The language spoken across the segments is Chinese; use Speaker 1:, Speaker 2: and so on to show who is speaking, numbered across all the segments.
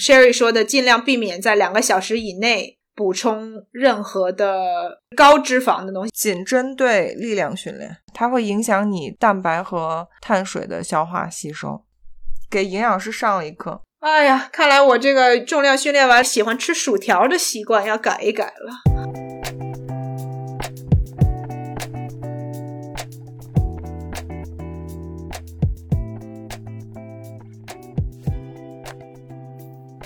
Speaker 1: Sherry 说的，尽量避免在两个小时以内补充任何的高脂肪的东西。
Speaker 2: 仅针对力量训练，它会影响你蛋白和碳水的消化吸收。给营养师上了一课，
Speaker 1: 哎呀，看来我这个重量训练完喜欢吃薯条的习惯要改一改了。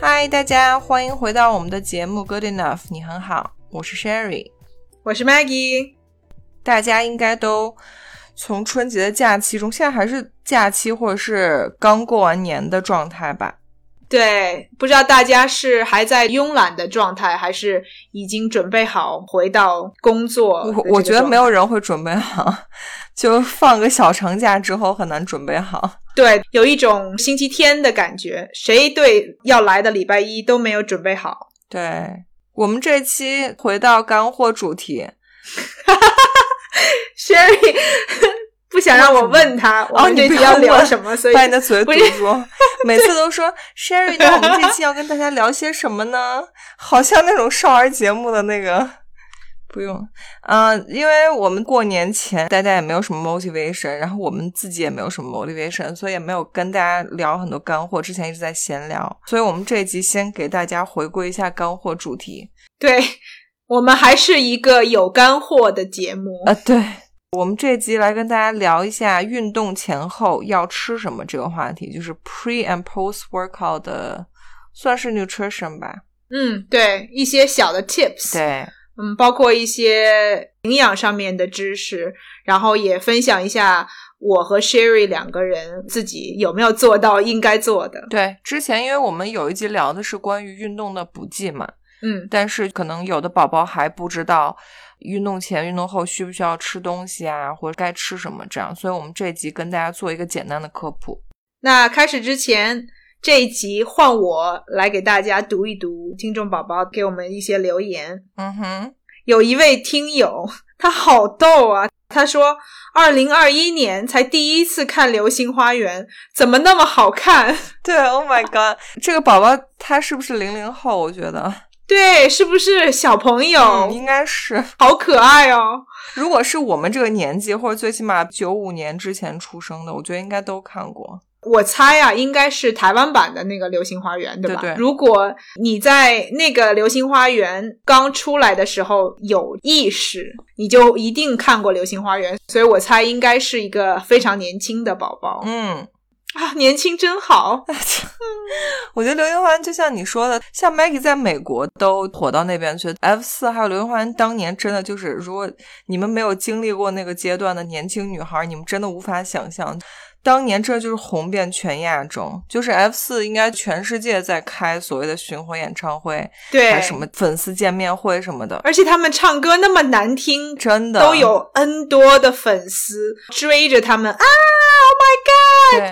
Speaker 2: 嗨，大家欢迎回到我们的节目《Good Enough》，你很好，我是 Sherry。
Speaker 1: 我是 Maggie，
Speaker 2: 大家应该都从春节的假期中，现在还是假期或者是刚过完年的状态吧。
Speaker 1: 对，不知道大家是还在慵懒的状态，还是已经准备好回到工作哦的这个
Speaker 2: 我
Speaker 1: 状态？
Speaker 2: 我觉得没有人会准备好， 就放个小长假之后很难准备好。
Speaker 1: 对，有一种星期天的感觉，谁对要来的礼拜一都没有准备好。
Speaker 2: 对我们这期回到干货主题
Speaker 1: Sherry 不想让我问他我们
Speaker 2: 哦你
Speaker 1: 这
Speaker 2: 不
Speaker 1: 期
Speaker 2: 要
Speaker 1: 要聊
Speaker 2: 问
Speaker 1: 什么，所以
Speaker 2: 把你的嘴
Speaker 1: 不
Speaker 2: 堵
Speaker 1: 是
Speaker 2: 住，每次都说 Sherry，那我们这期要跟大家聊些什么呢？ 好像那种少儿节目的那个，不用，嗯、因为我们过年前大家也没有什么 motivation，然后我们自己也没有什么 motivation，所以也没有跟大家聊很多干货，之前一直在闲聊，所以我们这一集先给大家回归一下干货主题
Speaker 1: 对我们还是一个有干货的节目。
Speaker 2: 啊、对。我们这集来跟大家聊一下运动前后要吃什么这个话题，就是 pre and post workout 的，算是 nutrition 吧。
Speaker 1: 嗯，对，一些小的 tips，
Speaker 2: 对，
Speaker 1: 嗯，包括一些营养上面的知识，然后也分享一下我和 Sherry 两个人自己有没有做到应该做的。
Speaker 2: 对，之前因为我们有一集聊的是关于运动的补剂嘛，
Speaker 1: 嗯，
Speaker 2: 但是可能有的宝宝还不知道运动前、运动后需不需要吃东西啊，或者该吃什么这样，所以我们这集跟大家做一个简单的科普。
Speaker 1: 那开始之前。这一集换我来给大家读一读听众宝宝给我们一些留言。
Speaker 2: 嗯哼，
Speaker 1: 有一位听友， 他好逗啊！他说，二零二一年才第一次看《流星花园》，怎么那么好看？
Speaker 2: 对，Oh my god，这个宝宝他是不是零零后？我觉得，
Speaker 1: 对，是不是小朋友？
Speaker 2: 嗯，应该是。
Speaker 1: 好可爱哦！
Speaker 2: 如果是我们这个年纪，或者最起码九五年之前出生的，我觉得应该都看过。
Speaker 1: 我猜啊，应该是台湾版的那个《流星花园》，吧？
Speaker 2: 对对
Speaker 1: 如果你在那个《流星花园》刚出来的时候有意识，你就一定看过《流星花园》，所以我猜应该是一个非常年轻的宝宝、
Speaker 2: 嗯，
Speaker 1: 啊！年轻真好，
Speaker 2: 我觉得《流星花园》就像你说的，像 Maggie 在美国都火到那边去，F 四还有《流星花园》当年真的就是，如果你们没有经历过那个阶段的年轻女孩，你们真的无法想象，当年这就是红遍全亚洲，就是 F 四应该全世界在开所谓的巡回演唱会，还
Speaker 1: 对，
Speaker 2: 有什么粉丝见面会什么的，
Speaker 1: 而且他们唱歌那么难听，
Speaker 2: 真的
Speaker 1: 都有 N 多的粉丝追着他们啊！Oh my god！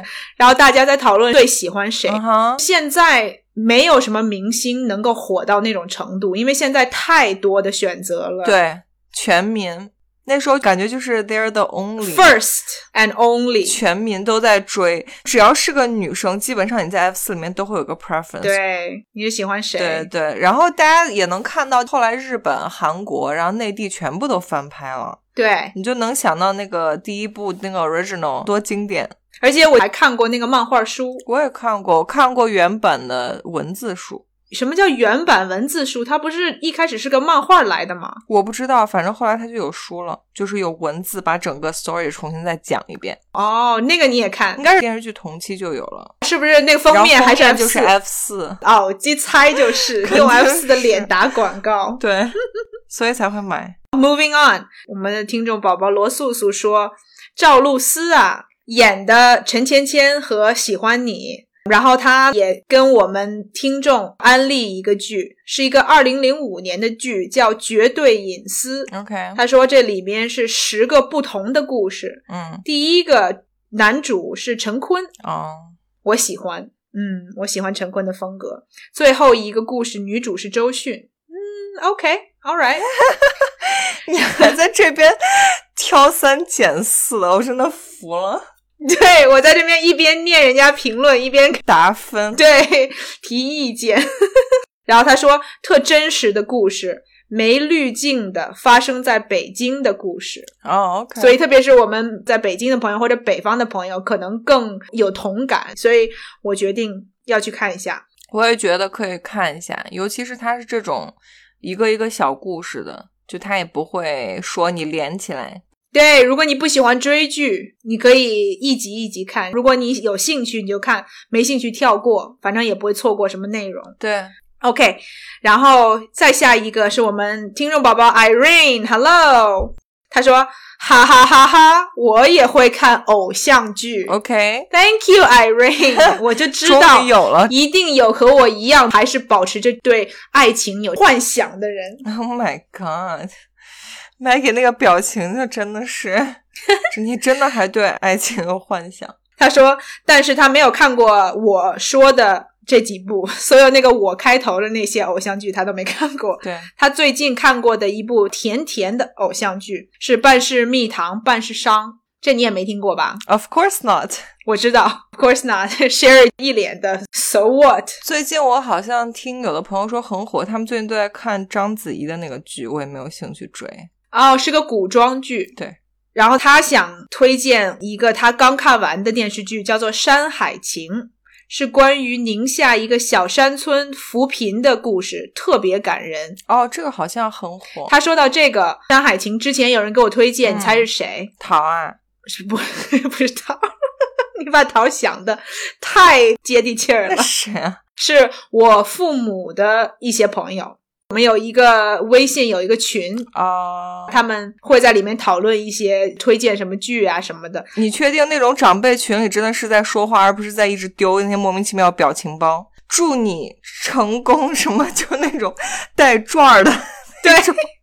Speaker 2: 对，
Speaker 1: 然后大家在讨论最喜欢谁。
Speaker 2: 嗯哼，
Speaker 1: 现在没有什么明星能够火到那种程度，因为现在太多的选择了。
Speaker 2: 对，全民那时候感觉就是 They're the only
Speaker 1: ，first and only。
Speaker 2: 全民都在追，只要是个女生，基本上你在 F 四里面都会有个 preference。
Speaker 1: 对，你是喜欢谁？
Speaker 2: 对对然后大家也能看到，后来日本、韩国，然后内地全部都翻拍了，
Speaker 1: 对
Speaker 2: 你就能想到那个第一部那个 original 多经典。
Speaker 1: 而且我还看过那个漫画书。
Speaker 2: 我也看过，我看过原版的文字书，
Speaker 1: 什么叫原版文字书？它不是一开始是个漫画来的吗？
Speaker 2: 我不知道，反正后来它就有书了，就是有文字把整个 story 重新再讲一遍，
Speaker 1: 哦，那个你也看
Speaker 2: 应，该是电视剧同期就有了，
Speaker 1: 是不是？那个
Speaker 2: 嗯然
Speaker 1: 封
Speaker 2: 后
Speaker 1: 面还是 F
Speaker 2: 就是 F 四，
Speaker 1: 哦，一猜就是
Speaker 2: 肯定
Speaker 1: 用 F 四的
Speaker 2: 是
Speaker 1: 脸打广告。
Speaker 2: 对， 所以才会买。
Speaker 1: Moving on，我们的听众宝宝罗素素说：“赵露思啊，演的陈芊芊和《喜欢你》，然后她也跟我们听众安利一个剧，是一个二零零五年的剧，叫《绝对隐私》。
Speaker 2: OK，
Speaker 1: 她说这里面是十个不同的故事，
Speaker 2: 嗯，
Speaker 1: 第一个男主是陈坤，
Speaker 2: 哦，
Speaker 1: 我喜欢，嗯，我喜欢陈坤的风格。最后一个故事女主是周迅，嗯，OK，All right，
Speaker 2: 你还在这边挑三拣四的，我真的服了。
Speaker 1: 对我在这边一边念人家评论，一边
Speaker 2: 打分，
Speaker 1: 对提意见。 然后他说，特真实的故事，没滤镜的，发生在北京的故事，
Speaker 2: 哦，OK，
Speaker 1: 所以特别是我们在北京的朋友或者北方的朋友，可能更有同感。所以我决定要去看一下。
Speaker 2: 我也觉得可以看一下，尤其是它是这种一个一个小故事的，就它也不会说你连起来。
Speaker 1: 对，如果你不喜欢追剧，你可以一集一集看；如果你有兴趣，你就看；没兴趣跳过，反正也不会错过什么内容。
Speaker 2: 对，
Speaker 1: OK，然后再下一个是我们听众宝宝 Irene，Hello，他说哈哈哈哈，我也会看偶像剧。
Speaker 2: OK，
Speaker 1: Thank you Irene，我就知
Speaker 2: 哦终
Speaker 1: 道
Speaker 2: 于有了。
Speaker 1: 一定有和我一样还是保持着对爱情有幻想的人。
Speaker 2: Oh my god！买给那个表情，就真的是， 你真的还对爱情有幻想。
Speaker 1: 他说，但是他没有看过我说的这几部，所有那个我开头的那些偶像剧他都没看过。
Speaker 2: 对，
Speaker 1: 他最近看过的一部甜甜的偶像剧是《半是蜜糖半是伤》，这你也没听过吧？
Speaker 2: Of course not。
Speaker 1: 我知道，Of course not。Sherry 一脸的 So what？
Speaker 2: 最近我好像听有的朋友说很火，他们最近都在看章子怡的那个剧，我也没有兴趣追。
Speaker 1: 哦，是个古装剧。
Speaker 2: 对。
Speaker 1: 然后他想推荐一个他刚看完的电视剧，叫做《山海情》，是关于宁夏一个小山村扶贫的故事，特别感人。
Speaker 2: 哦，这个好像很火。
Speaker 1: 他说到这个《山海情》之前，有人给我推荐，
Speaker 2: 哦嗯
Speaker 1: 你猜是谁？
Speaker 2: 桃啊，
Speaker 1: 是不 不知道。 你把桃想的太接地气儿
Speaker 2: 那
Speaker 1: 了，
Speaker 2: 谁啊？
Speaker 1: 是我父母的一些朋友。我们有一个微信有一个群，
Speaker 2: 哦，
Speaker 1: 他们会在里面讨论一些推荐什么剧啊什么的。
Speaker 2: 你确定那种长辈群里真的是在说话，而不是在一直丢那些莫名其妙的表情包？祝你成功什么， 就那种带转儿的
Speaker 1: 对，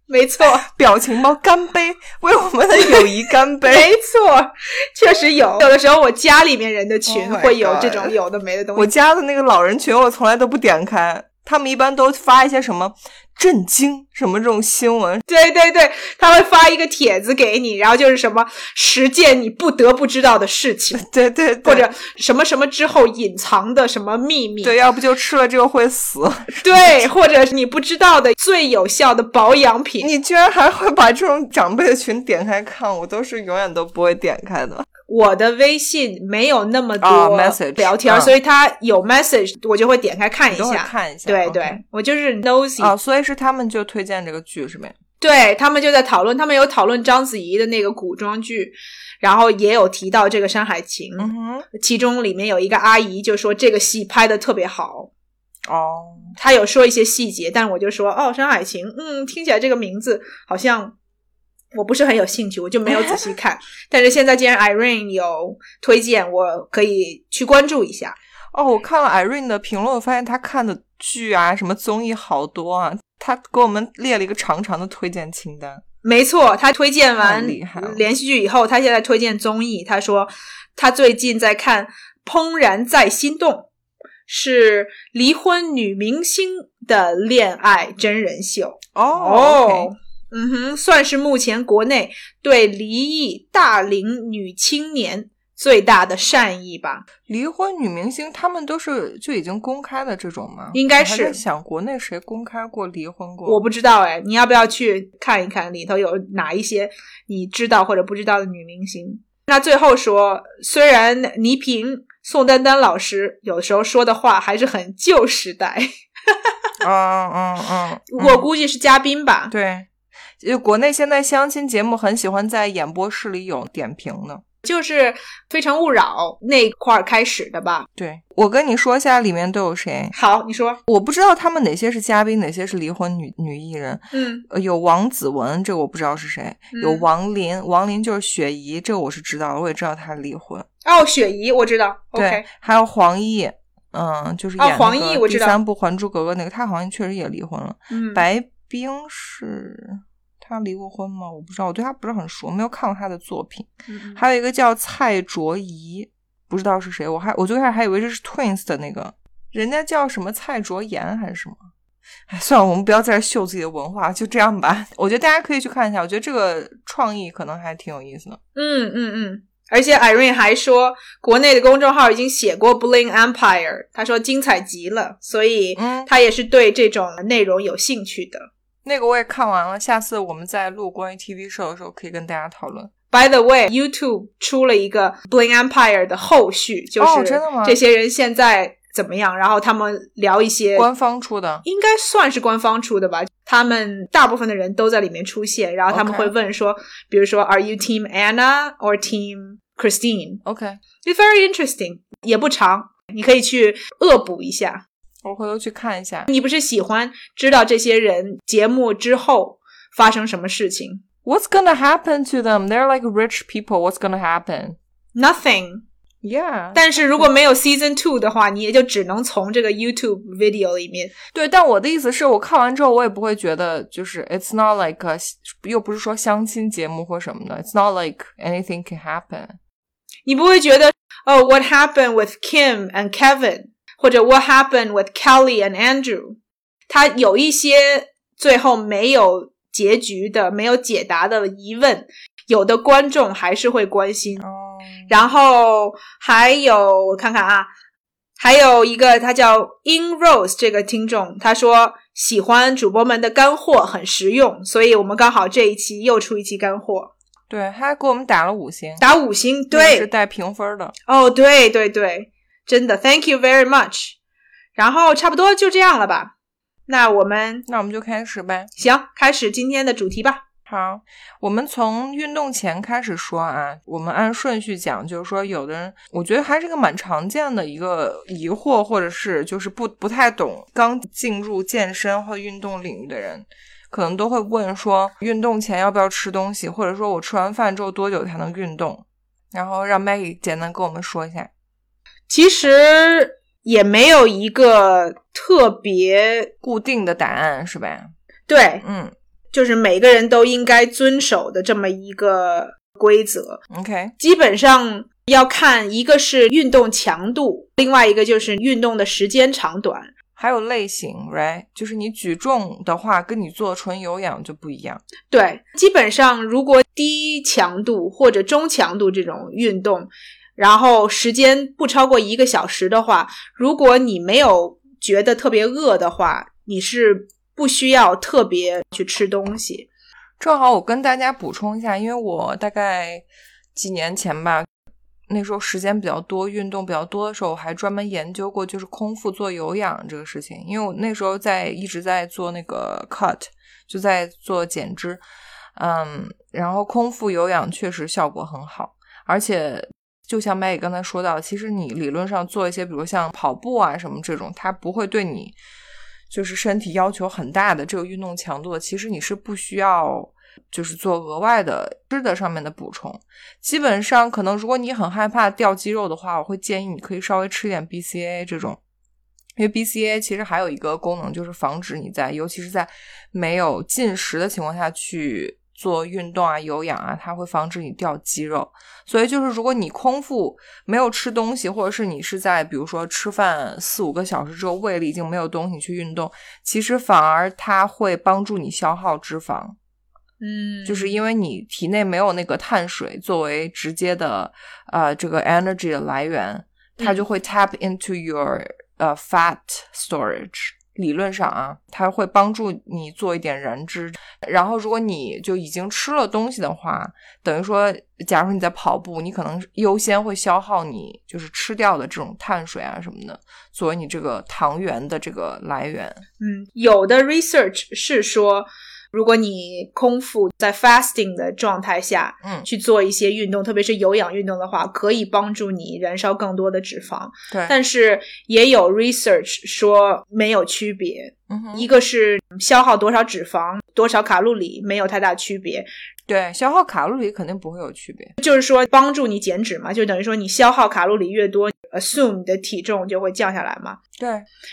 Speaker 1: 没 错，
Speaker 2: 表情包，干杯，为我们的友谊干杯！
Speaker 1: 没错，确实有。有的时候我家里面人的群
Speaker 2: Oh my
Speaker 1: 会有这
Speaker 2: God
Speaker 1: 种有的没的东
Speaker 2: 我
Speaker 1: 西。
Speaker 2: 家的那个老人群，我从来都不点开，他们一般都发一些什么震惊什么这种新闻，
Speaker 1: 对对对，他会发一个帖子给你，然后就是什么十件你不得不知道的事情，
Speaker 2: 对对对，
Speaker 1: 或者什么什么之后隐藏的什么秘密。
Speaker 2: 对，要不就吃了这个 会死。
Speaker 1: 对，或者是你不知道的最有效的保养品。
Speaker 2: 你居然还会把这种长辈的群点开看，我都是永远都不会点开的。
Speaker 1: 我的微信没有那么
Speaker 2: 哦
Speaker 1: 多
Speaker 2: ，message，
Speaker 1: 聊天，
Speaker 2: 嗯
Speaker 1: 所以它有 message，我就会点开看一
Speaker 2: 你都会
Speaker 1: 下。
Speaker 2: 看一下，
Speaker 1: 对
Speaker 2: OK
Speaker 1: 对，我就是 nosy，、
Speaker 2: 啊，所以是他们就推荐这个剧是呗？
Speaker 1: 对他们就在讨论，他们有讨论章子怡的那个古装剧，然后也有提到这个《山海情》
Speaker 2: 嗯哼，
Speaker 1: 其中里面有一个阿姨就说这个戏拍的特别好，
Speaker 2: 哦，
Speaker 1: 她有说一些细节，但我就说哦，《山海情》，嗯，听起来这个名字好像我不是很有兴趣，我就没有仔细 看。但是现在既然 Irene 有推荐，我可以去关注一下。
Speaker 2: 哦，我看了 Irene 的评论，我发现她看的剧啊，什么综艺好多啊，她给我们列了一个长长的推荐清单。
Speaker 1: 没错，他推荐完
Speaker 2: 太厉害了
Speaker 1: 连续剧以后，他现在推荐综艺。他说他最近在看《怦然再心动》，是离婚女明星的恋爱真人秀。
Speaker 2: 哦，OK
Speaker 1: 嗯哼，算是目前国内对离异大龄女青年最大的善意吧。
Speaker 2: 离婚女明星她们都是就已经公开的这种吗？
Speaker 1: 应该
Speaker 2: 我还在
Speaker 1: 是
Speaker 2: 想国内谁公开过离婚过？
Speaker 1: 我不知道哎，你要不要去看一看里头有哪一些你知道或者不知道的女明星？那最后说，虽然倪萍、宋丹丹老师有时候说的话还是很旧时代，
Speaker 2: 嗯嗯嗯，呃 嗯
Speaker 1: 我估计是嘉宾吧。
Speaker 2: 对，就国内现在相亲节目很喜欢在演播室里有点评的。
Speaker 1: 就是《非诚勿扰》那块儿开始的吧？
Speaker 2: 对我跟你说一下里面都有谁，
Speaker 1: 好，你说，
Speaker 2: 我不知道他们哪些是嘉宾，哪些是离婚女女艺人。
Speaker 1: 嗯
Speaker 2: 呃有王子文，这个我不知道是谁；有
Speaker 1: 嗯
Speaker 2: 王林，王林就是雪姨，这个我是知道的，我也知道她离婚。
Speaker 1: 哦，雪姨我知道
Speaker 2: 对
Speaker 1: ，OK，，
Speaker 2: 还有黄奕，嗯，就是
Speaker 1: 哦
Speaker 2: 演
Speaker 1: 黄
Speaker 2: 那
Speaker 1: 奕
Speaker 2: 个
Speaker 1: 我
Speaker 2: 第
Speaker 1: 知道
Speaker 2: 三部《还珠格格》那个，她好像确实也离婚了。
Speaker 1: 嗯，
Speaker 2: 白冰是她离过婚吗？我不知道，我对她不是很熟，没有看过她的作品。
Speaker 1: 嗯
Speaker 2: 还有一个叫蔡卓宜，不知道是谁，我还我最开始还以为这是 Twins 的那个，人家叫什么蔡卓妍还是什么。哎，算了，我们不要在这秀自己的文化，就这样吧。我觉得大家可以去看一下，我觉得这个创意可能还挺有意思的。
Speaker 1: 嗯嗯嗯。而且 Irene 还说，国内的公众号已经写过《Bling Empire》，他说精彩极了，所以
Speaker 2: 嗯
Speaker 1: 他也是对这种内容有兴趣的。
Speaker 2: 那个我也看完了，下次我们在录关于 TV show 的时候可以跟大家讨论。
Speaker 1: By the way, YouTube 出了一个 Bling Empire 的后续，就
Speaker 2: 哦
Speaker 1: 是
Speaker 2: 真的吗
Speaker 1: 这些人现在怎么样，然后他们聊一些
Speaker 2: 官方出的，
Speaker 1: 应该算是官方出的吧。他们大部分的人都在里面出现，然后他们
Speaker 2: OK
Speaker 1: 会问说比如说 Are you Team Anna or Team Christine?
Speaker 2: OK，
Speaker 1: It's very interesting，也不长，你可以去恶补一下。
Speaker 2: 我回头去看一下。
Speaker 1: 你不是喜欢知道这些人节目之后发生什么事情
Speaker 2: What's gonna happen to them? They're like rich people. What's gonna happen?
Speaker 1: ？Nothing。
Speaker 2: Yeah，
Speaker 1: 但是如果没有 Season Two 的话，你也就只能从这个 YouTube video 里面，
Speaker 2: 对，但我的意思是我看完之后，我也不会觉得就是 it's not like a, 又不是说相亲节目或什么的，it's not like anything can happen。
Speaker 1: 你不会觉得哦、w h a t happened with Kim and Kevin，或者 What happened with Kelly and Andrew？它有一些最后没有结局的、没有解答的疑问，有的观众还是会关心。
Speaker 2: 哦，
Speaker 1: 然后还有我看看啊，还有一个他叫 In Rose 这个听众，他说喜欢主播们的干货很实用，所以我们刚好这一期又出一期干货，
Speaker 2: 对，他还给我们打了五星，
Speaker 1: 打五星，
Speaker 2: 这个嗯是
Speaker 1: 对，
Speaker 2: 带评分的。
Speaker 1: 哦，对对对，真的，Thank you very much。然后差不多就这样了吧，那我们
Speaker 2: 那我们就开始呗。
Speaker 1: 行开始今天的主题吧。
Speaker 2: 好，我们从运动前开始说啊，我们按顺序讲，就是说，有的人我觉得还是一个蛮常见的一个疑惑，或者是就是不不太懂刚进入健身或运动领域的人，可能都会问说，运动前要不要吃东西，或者说我吃完饭之后多久才能运动？然后让 Maggie 简单跟我们说一下。
Speaker 1: 其实也没有一个特别
Speaker 2: 固定的答案是吧？
Speaker 1: 对，
Speaker 2: 嗯
Speaker 1: 就是每个人都应该遵守的这么一个规则。
Speaker 2: ，OK，
Speaker 1: 基本上要看一个是运动强度，另外一个就是运动的时间长短。
Speaker 2: 还有类型，right？就是你举重的话，跟你做纯有氧就不一样。
Speaker 1: 对，基本上如果低强度或者中强度这种运动，然后时间不超过一个小时的话，如果你没有觉得特别饿的话，你是不需要特别去吃东西。
Speaker 2: 正好我跟大家补充一下，因为我大概几年前吧，那时候时间比较多，运动比较多的时候，我还专门研究过就是空腹做有氧这个事情，因为我那时候在一直在做那个 cut，就在做减脂，嗯，然后空腹有氧确实效果很好，而且。就像麦也刚才说到，其实你理论上做一些，比如像跑步啊什么这种，它不会对你就是身体要求很大的这个运动强度的，其实你是不需要就是做额外的吃的上面的补充。基本上，可能如果你很害怕掉肌肉的话，我会建议你可以稍微吃一点 BCA 这种，因为 BCA 其实还有一个功能就是防止你在，尤其是在没有进食的情况下去做运动啊、有氧啊，它会防止你掉肌肉。所以就是，如果你空腹没有吃东西，或者是你是在比如说吃饭四五个小时之后，胃里已经没有东西去运动，其实反而它会帮助你消耗脂肪。
Speaker 1: 嗯
Speaker 2: 就是因为你体内没有那个碳水作为直接的呃这个 energy 的来源，它
Speaker 1: 嗯
Speaker 2: 就会 tap into your 呃、fat storage。理论上啊，它会帮助你做一点燃脂。然后，如果你就已经吃了东西的话，等于说，假如说你在跑步，你可能优先会消耗你就是吃掉的这种碳水啊什么的，作为你这个糖原的这个来源。
Speaker 1: 嗯，有的 research 是说，如果你空腹在 fasting 的状态下
Speaker 2: 嗯，
Speaker 1: 去做一些运动，特别是有氧运动的话，可以帮助你燃烧更多的脂肪。
Speaker 2: 对，
Speaker 1: 但是也有 research 说没有区别，
Speaker 2: 嗯哼
Speaker 1: 一个是消耗多少脂肪、多少卡路里没有太大区别，
Speaker 2: 对消耗卡路里肯定不会有区别。
Speaker 1: 就是说帮助你减脂嘛，就等于说你消耗卡路里越多，assume 你的体重就会降下来嘛。
Speaker 2: 对，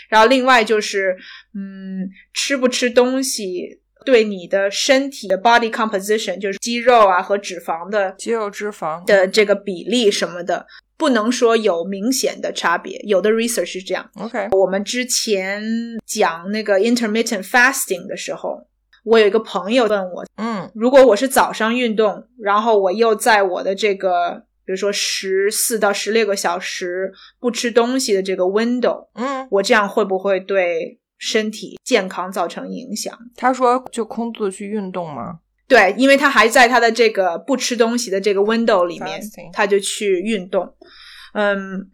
Speaker 1: 然后另外就是，嗯，吃不吃东西对你的身体的 body composition，就是肌肉啊和脂肪的
Speaker 2: 肌肉脂肪
Speaker 1: 的这个比例什么的，不能说有明显的差别。有的 research 是这样。
Speaker 2: OK，
Speaker 1: 我们之前讲那个 intermittent fasting 的时候，我有一个朋友问我，
Speaker 2: 嗯
Speaker 1: 如果我是早上运动，然后我又在我的这个。比如说十四到十六个小时不吃东西的这个 window，
Speaker 2: 嗯，
Speaker 1: 我这样会不会对身体健康造成影响？
Speaker 2: 他说就空肚子去运动嘛，
Speaker 1: 对，因为他还在他的这个不吃东西的这个 window 里面
Speaker 2: Fasting，
Speaker 1: 他就去运动。嗯，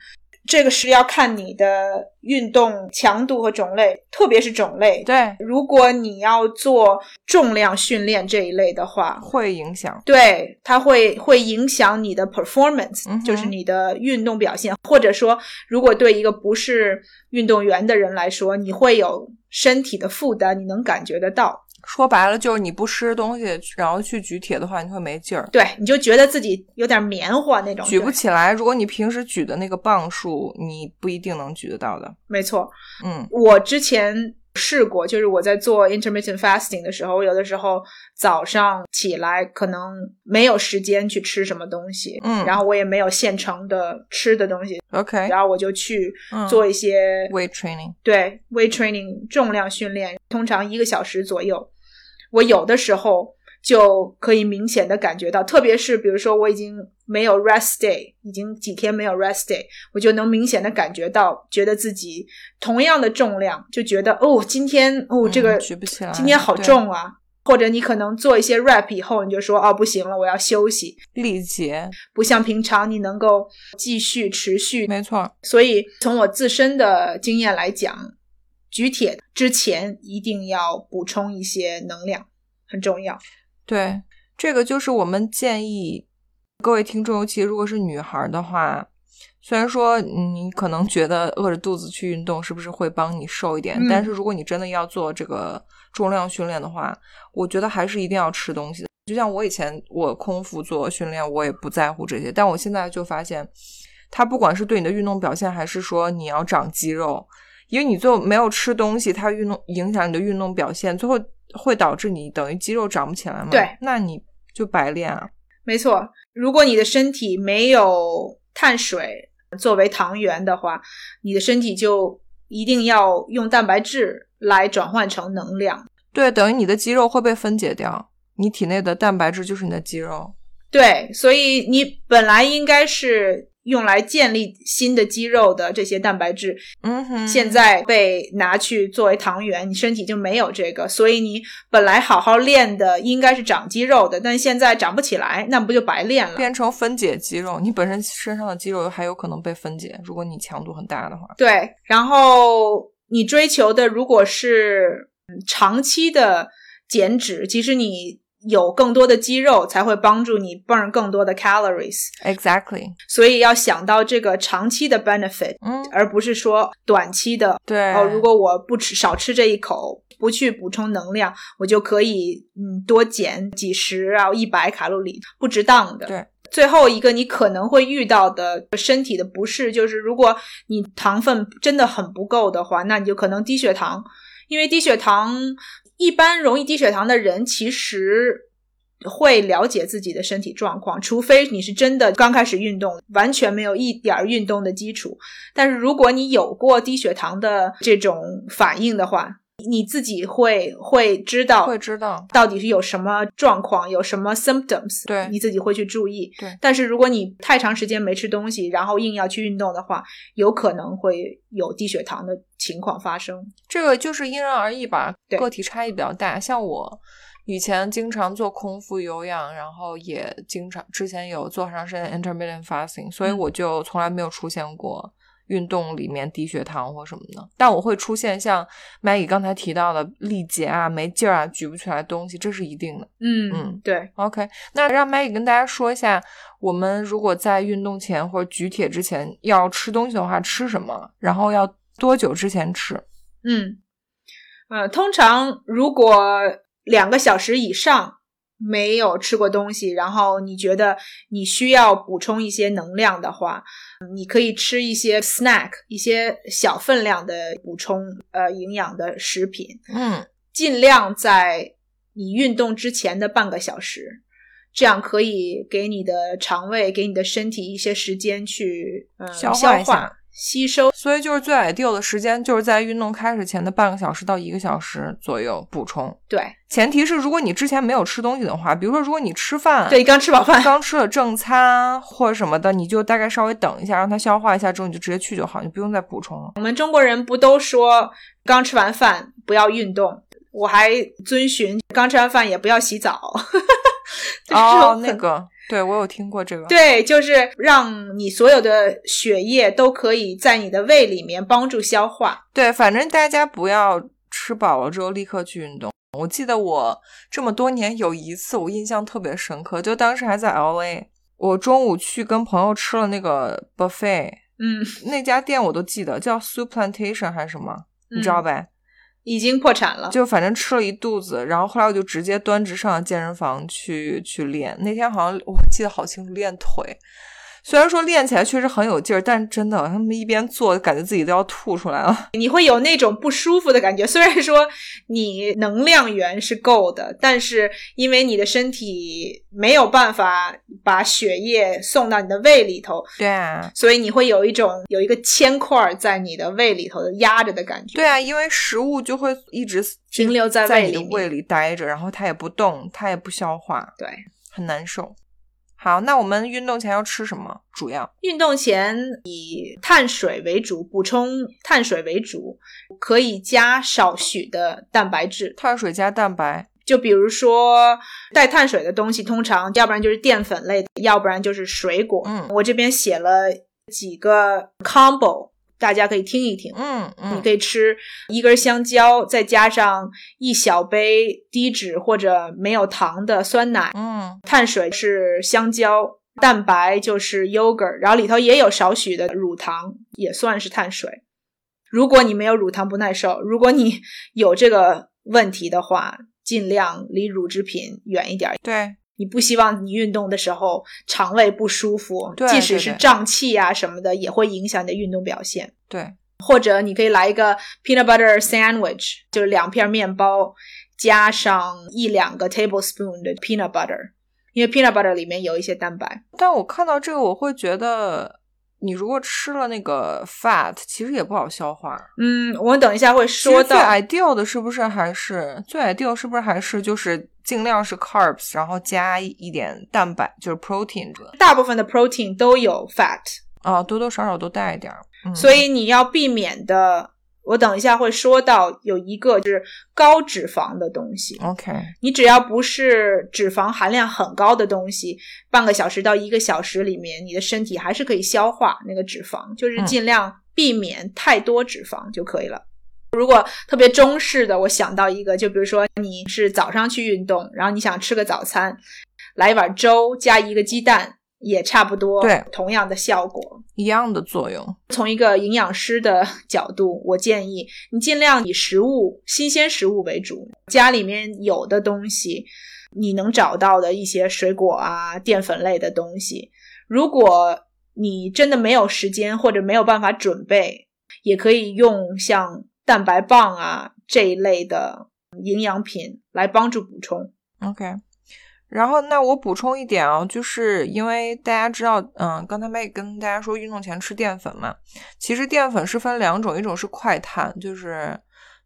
Speaker 1: 这个是要看你的运动强度和种类，特别是种类。
Speaker 2: 对，
Speaker 1: 如果你要做重量训练这一类的话，
Speaker 2: 会影响。
Speaker 1: 对，它会会影响你的 performance，、
Speaker 2: 嗯哼
Speaker 1: 就是你的运动表现，或者说，如果对一个不是运动员的人来说，你会有身体的负担，你能感觉得到。
Speaker 2: 说白了就是你不吃东西，然后去举铁的话，你会没劲儿，
Speaker 1: 对，你就觉得自己有点棉花那种，
Speaker 2: 举
Speaker 1: 对
Speaker 2: 不起来。如果你平时举的那个磅数，你不一定能举得到的。
Speaker 1: 没错，
Speaker 2: 嗯
Speaker 1: 我之前试过，就是我在做 intermittent fasting 的时候，我有的时候早上起来可能没有时间去吃什么东西，
Speaker 2: 嗯
Speaker 1: 然后我也没有现成的吃的东西，
Speaker 2: ，OK，
Speaker 1: 然后我就去
Speaker 2: 嗯
Speaker 1: 做一些
Speaker 2: weight training，
Speaker 1: 对 weight training 重量训练，通常一个小时左右。我有的时候就可以明显的感觉到，特别是比如说我已经没有 rest day，已经几天没有 rest day，我就能明显的感觉到，觉得自己同样的重量，就觉得哦，今天哦
Speaker 2: 嗯
Speaker 1: 这个、
Speaker 2: 举不起来
Speaker 1: 今天好
Speaker 2: 对
Speaker 1: 重啊。或者你可能做一些 rep 以后，你就说哦不行了，我要休息。
Speaker 2: 力竭，
Speaker 1: 不像平常你能够继续持续
Speaker 2: 没错，
Speaker 1: 所以从我自身的经验来讲，举铁之前一定要补充一些能量，很重要。
Speaker 2: 对，这个就是我们建议各位听众，尤其如果是女孩儿的话，虽然说你可能觉得饿着肚子去运动是不是会帮你瘦一点，
Speaker 1: 嗯
Speaker 2: 但是如果你真的要做这个重量训练的话，我觉得还是一定要吃东西的。就像我以前我空腹做训练，我也不在乎这些，但我现在就发现，它不管是对你的运动表现，还是说你要长肌肉，因为你最后没有吃东西，它运动影响你的运动表现，最后会导致你等于肌肉长不起来嘛？
Speaker 1: 对，
Speaker 2: 那你就白练啊。
Speaker 1: 没错，如果你的身体没有碳水作为糖原的话，你的身体就一定要用蛋白质来转换成能量。
Speaker 2: 对，等于你的肌肉会被分解掉，你体内的蛋白质就是你的肌肉。
Speaker 1: 对，所以你本来应该是用来建立新的肌肉的这些蛋白质，
Speaker 2: 嗯哼，
Speaker 1: 现在被拿去作为糖原，你身体就没有这个，所以你本来好好练的应该是长肌肉的，但现在长不起来，那不就白练了？
Speaker 2: 变成分解肌肉，你本身身上的肌肉还有可能被分解，如果你强度很大的话。
Speaker 1: 对，然后你追求的如果是嗯长期的减脂，其实你有更多的肌肉才会帮助你 burn 更多的 calories，
Speaker 2: Exactly，
Speaker 1: 所以要想到这个长期的 benefit，
Speaker 2: 嗯，
Speaker 1: 而不是说短期的
Speaker 2: 对。
Speaker 1: 哦，如果我不吃少吃这一口，不去补充能量，我就可以嗯多减几十啊一百卡路里，不值当的。
Speaker 2: 对。
Speaker 1: 最后一个你可能会遇到的身体的不适，就是如果你糖分真的很不够的话，那你就可能低血糖，因为低血糖一般容易低血糖的人其实会了解自己的身体状况，除非你是真的刚开始运动，完全没有一点儿运动的基础，但是如果你有过低血糖的这种反应的话，你自己会会知道，
Speaker 2: 会知道
Speaker 1: 到底是有什么状况，有什么 symptoms，
Speaker 2: 对
Speaker 1: 你自己会去注意。
Speaker 2: 对
Speaker 1: 但是如果你太长时间没吃东西，然后硬要去运动的话，有可能会有低血糖的情况发生。
Speaker 2: 这个就是因人而异吧，
Speaker 1: 对
Speaker 2: 个体差异比较大。像我以前经常做空腹有氧，然后也经常之前有做长时间 intermittent fasting，所以
Speaker 1: 嗯
Speaker 2: 我就从来没有出现过运动里面低血糖或什么的。但我会出现像 Maggie 刚才提到的力竭啊、没劲儿啊、举不起来东西，这是一定的。
Speaker 1: 嗯
Speaker 2: 嗯
Speaker 1: 对，
Speaker 2: OK，那让 Maggie 跟大家说一下，我们如果在运动前或者举铁之前要吃东西的话，吃什么？然后要多久之前吃？
Speaker 1: 嗯，呃，通常如果两个小时以上没有吃过东西，然后你觉得你需要补充一些能量的话，你可以吃一些 snack，一些小分量的补充呃营养的食品。
Speaker 2: 嗯
Speaker 1: 尽量在你运动之前的半个小时，这样可以给你的肠胃、给你的身体一些时间去、呃、
Speaker 2: 消化
Speaker 1: 消
Speaker 2: 一下
Speaker 1: 吸收。
Speaker 2: 所以就是最 ideal 的时间就是在运动开始前的半个小时到一个小时左右补充。
Speaker 1: 对
Speaker 2: 前提是如果你之前没有吃东西的话，比如说如果你吃饭，
Speaker 1: 对，刚吃饱饭，
Speaker 2: 刚吃了正餐或者什么的，你就大概稍微等一下，让它消化一下之后，你就直接去就好，你不用再补充了。
Speaker 1: 我们中国人不都说刚吃完饭不要运动？我还遵循刚吃完饭也不要洗澡。 这是我
Speaker 2: 哦
Speaker 1: 很，
Speaker 2: 那个，对我有听过这个。
Speaker 1: 对，就是让你所有的血液都可以在你的胃里面帮助消化。
Speaker 2: 对，反正大家不要吃饱了之后立刻去运动。我记得我这么多年有一次我印象特别深刻，就当时还在 L A，我中午去跟朋友吃了那个 buffet，
Speaker 1: 嗯，
Speaker 2: 那家店我都记得叫 Soup Plantation 还是什么，你知
Speaker 1: 嗯
Speaker 2: 道呗？
Speaker 1: 已经破产了。
Speaker 2: 就反正吃了一肚子，然后后来我就直接端直上了健身房去去练。那天好像我记得好清楚，练腿。虽然说练起来确实很有劲儿，但真的他们一边做，感觉自己都要吐出来了。
Speaker 1: 你会有那种不舒服的感觉。虽然说你能量源是够的，但是因为你的身体没有办法把血液送到你的胃里头，
Speaker 2: 对啊，
Speaker 1: 所以你会有一种有一个铅块儿在你的胃里头压着的感觉。
Speaker 2: 对啊，因为食物就会一直
Speaker 1: 停留在
Speaker 2: 在
Speaker 1: 胃
Speaker 2: 你的
Speaker 1: 里面
Speaker 2: 胃里待着，然后它也不动，它也不消化，
Speaker 1: 对，
Speaker 2: 很难受。好，那我们运动前要吃什么？主要
Speaker 1: 运动前以碳水为主，补充碳水为主，可以加少许的蛋白质，
Speaker 2: 碳水加蛋白。
Speaker 1: 就比如说带碳水的东西，通常要不然就是淀粉类的，要不然就是水果。
Speaker 2: 嗯
Speaker 1: 我这边写了几个 combo，大家可以听一听。
Speaker 2: 嗯
Speaker 1: 你
Speaker 2: 嗯
Speaker 1: 可以吃一根香蕉，再加上一小杯低脂或者没有糖的酸奶。
Speaker 2: 嗯，
Speaker 1: 碳水是香蕉，蛋白就是 yogurt，然后里头也有少许的乳糖，也算是碳水。如果你没有乳糖不耐受，如果你有这个问题的话，尽量离乳制品远一点。
Speaker 2: 对，
Speaker 1: 你不希望你运动的时候肠胃不舒服，
Speaker 2: 对
Speaker 1: 即使
Speaker 2: 对
Speaker 1: 是
Speaker 2: 对
Speaker 1: 胀气啊什么的，也会影响你的运动表现。
Speaker 2: 对，
Speaker 1: 或者你可以来一个 peanut butter sandwich，就是两片面包加上一两个 tablespoon 的 peanut butter，因为 peanut butter 里面有一些蛋白。
Speaker 2: 但我看到这个，我会觉得你如果吃了那个 fat，其实也不好消化。
Speaker 1: 嗯，我们等一下会
Speaker 2: 其实
Speaker 1: 说
Speaker 2: 最
Speaker 1: 到。
Speaker 2: ideal 的是不是还是最 ideal 是不是还是就是尽量是 carbs，然后加一点蛋白，就是 protein 这个
Speaker 1: 大部分的 protein 都有 fat，、
Speaker 2: 啊，多多少少都带一点儿。嗯、
Speaker 1: 所以你要避免的，我等一下会说到有一个是高脂肪的东西。
Speaker 2: OK，
Speaker 1: 你只要不是脂肪含量很高的东西，半个小时到一个小时里面，你的身体还是可以消化那个脂肪，就是
Speaker 2: 嗯
Speaker 1: 尽量避免太多脂肪就可以了。如果特别中式的，我想到一个，就比如说你是早上去运动，然后你想吃个早餐，来一碗粥加一个鸡蛋，也差不多，
Speaker 2: 对
Speaker 1: 同样的效果。
Speaker 2: 一样的作用。
Speaker 1: 从一个营养师的角度，我建议你尽量以食物、新鲜食物为主，家里面有的东西，你能找到的一些水果啊、淀粉类的东西。如果你真的没有时间或者没有办法准备，也可以用像蛋白棒啊这一类的营养品来帮助补充。
Speaker 2: OK，然后那我补充一点啊，就是因为大家知道，嗯，刚才妹跟大家说运动前吃淀粉嘛，其实淀粉是分两种，一种是快碳，就是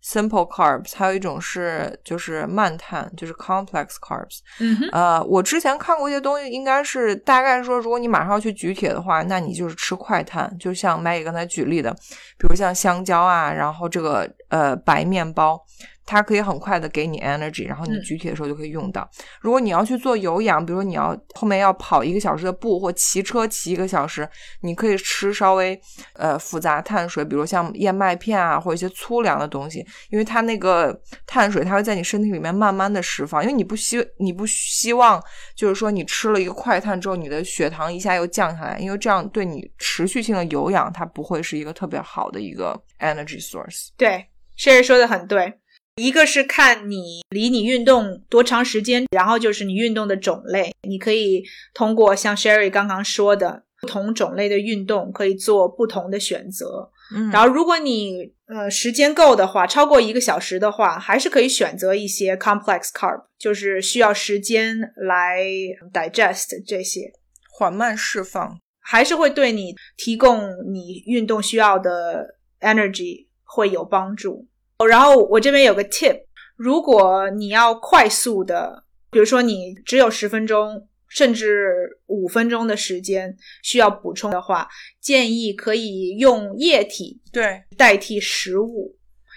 Speaker 2: simple carbs，还有一种是就是慢碳，就是 complex carbs。
Speaker 1: 嗯哼，
Speaker 2: 呃，我之前看过一些东西，应该是大概说，如果你马上要去举铁的话，那你就是吃快碳，就像 Maggie 刚才举例的，比如像香蕉啊，然后这个呃白面包，它可以很快的给你 energy，然后你
Speaker 1: 嗯
Speaker 2: 举铁的时候就可以用到。如果你要去做有氧，比如说你要后面要跑一个小时的步或骑车骑一个小时，你可以吃稍微呃复杂碳水，比如像燕麦片啊或者一些粗粮的东西，因为它那个碳水它会在你身体里面慢慢的释放，因为你不希你不希望就是说你吃了一个快碳之后，你的血糖一下又降下来，因为这样对你持续性的有氧它不会是一个特别好的一个 energy source。
Speaker 1: 对，Sherry 说的很对。一个是看你离你运动多长时间，然后就是你运动的种类，你可以通过像 Sherry 刚刚说的不同种类的运动，可以做不同的选择。
Speaker 2: 嗯
Speaker 1: 然后，如果你呃时间够的话，超过一个小时的话，还是可以选择一些 complex carb，就是需要时间来呃 digest 这些，
Speaker 2: 缓慢释放，
Speaker 1: 还是会对你提供你运动需要的 energy 会有帮助。哦然后我这边有个 tip，如果你要快速的，比如说你只有十分钟甚至五分钟的时间需要补充的话，建议可以用液体
Speaker 2: 对，
Speaker 1: 代替食物，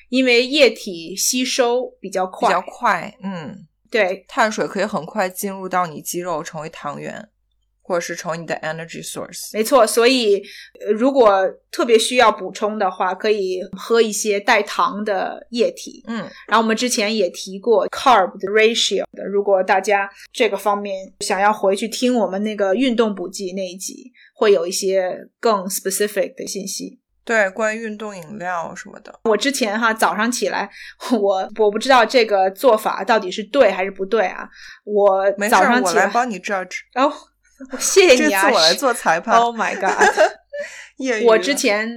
Speaker 1: 因为液体吸收比较
Speaker 2: 比
Speaker 1: 快。
Speaker 2: 较快，嗯，
Speaker 1: 对
Speaker 2: 碳水可以很快进入到你肌肉，成为糖原，或者是成为你的 energy source。
Speaker 1: 没错，所以呃如果特别需要补充的话，可以喝一些带糖的液体。
Speaker 2: 嗯，
Speaker 1: 然后我们之前也提过 carb 的 ratio 的，如果大家这个方面想要回去听我们那个运动补剂那一集，会有一些更 specific 的信息。
Speaker 2: 对，关于运动饮料什么的，
Speaker 1: 我之前哈早上起来，我我不知道这个做法到底是对还是不对啊。我
Speaker 2: 没事
Speaker 1: 早
Speaker 2: 儿，
Speaker 1: 上
Speaker 2: 我
Speaker 1: 起
Speaker 2: 来
Speaker 1: 来，
Speaker 2: 帮你 judge。
Speaker 1: 然后、我 谢谢
Speaker 2: 这
Speaker 1: 你啊，
Speaker 2: 次我来做裁判。
Speaker 1: Oh my god！
Speaker 2: 业余
Speaker 1: 我
Speaker 2: 的
Speaker 1: 之前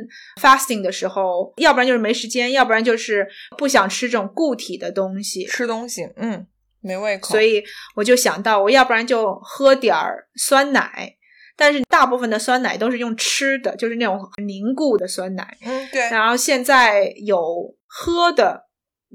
Speaker 1: fasting 的时候，要不然就是没时间，要不然就是不想吃这种固体的东西，
Speaker 2: 吃东西，嗯，没胃口，
Speaker 1: 所以我就想到，我要不然就喝点儿酸奶。但是大部分的酸奶都是用吃的，就是那种凝固的酸奶。
Speaker 2: 嗯，对，
Speaker 1: 然后现在有喝的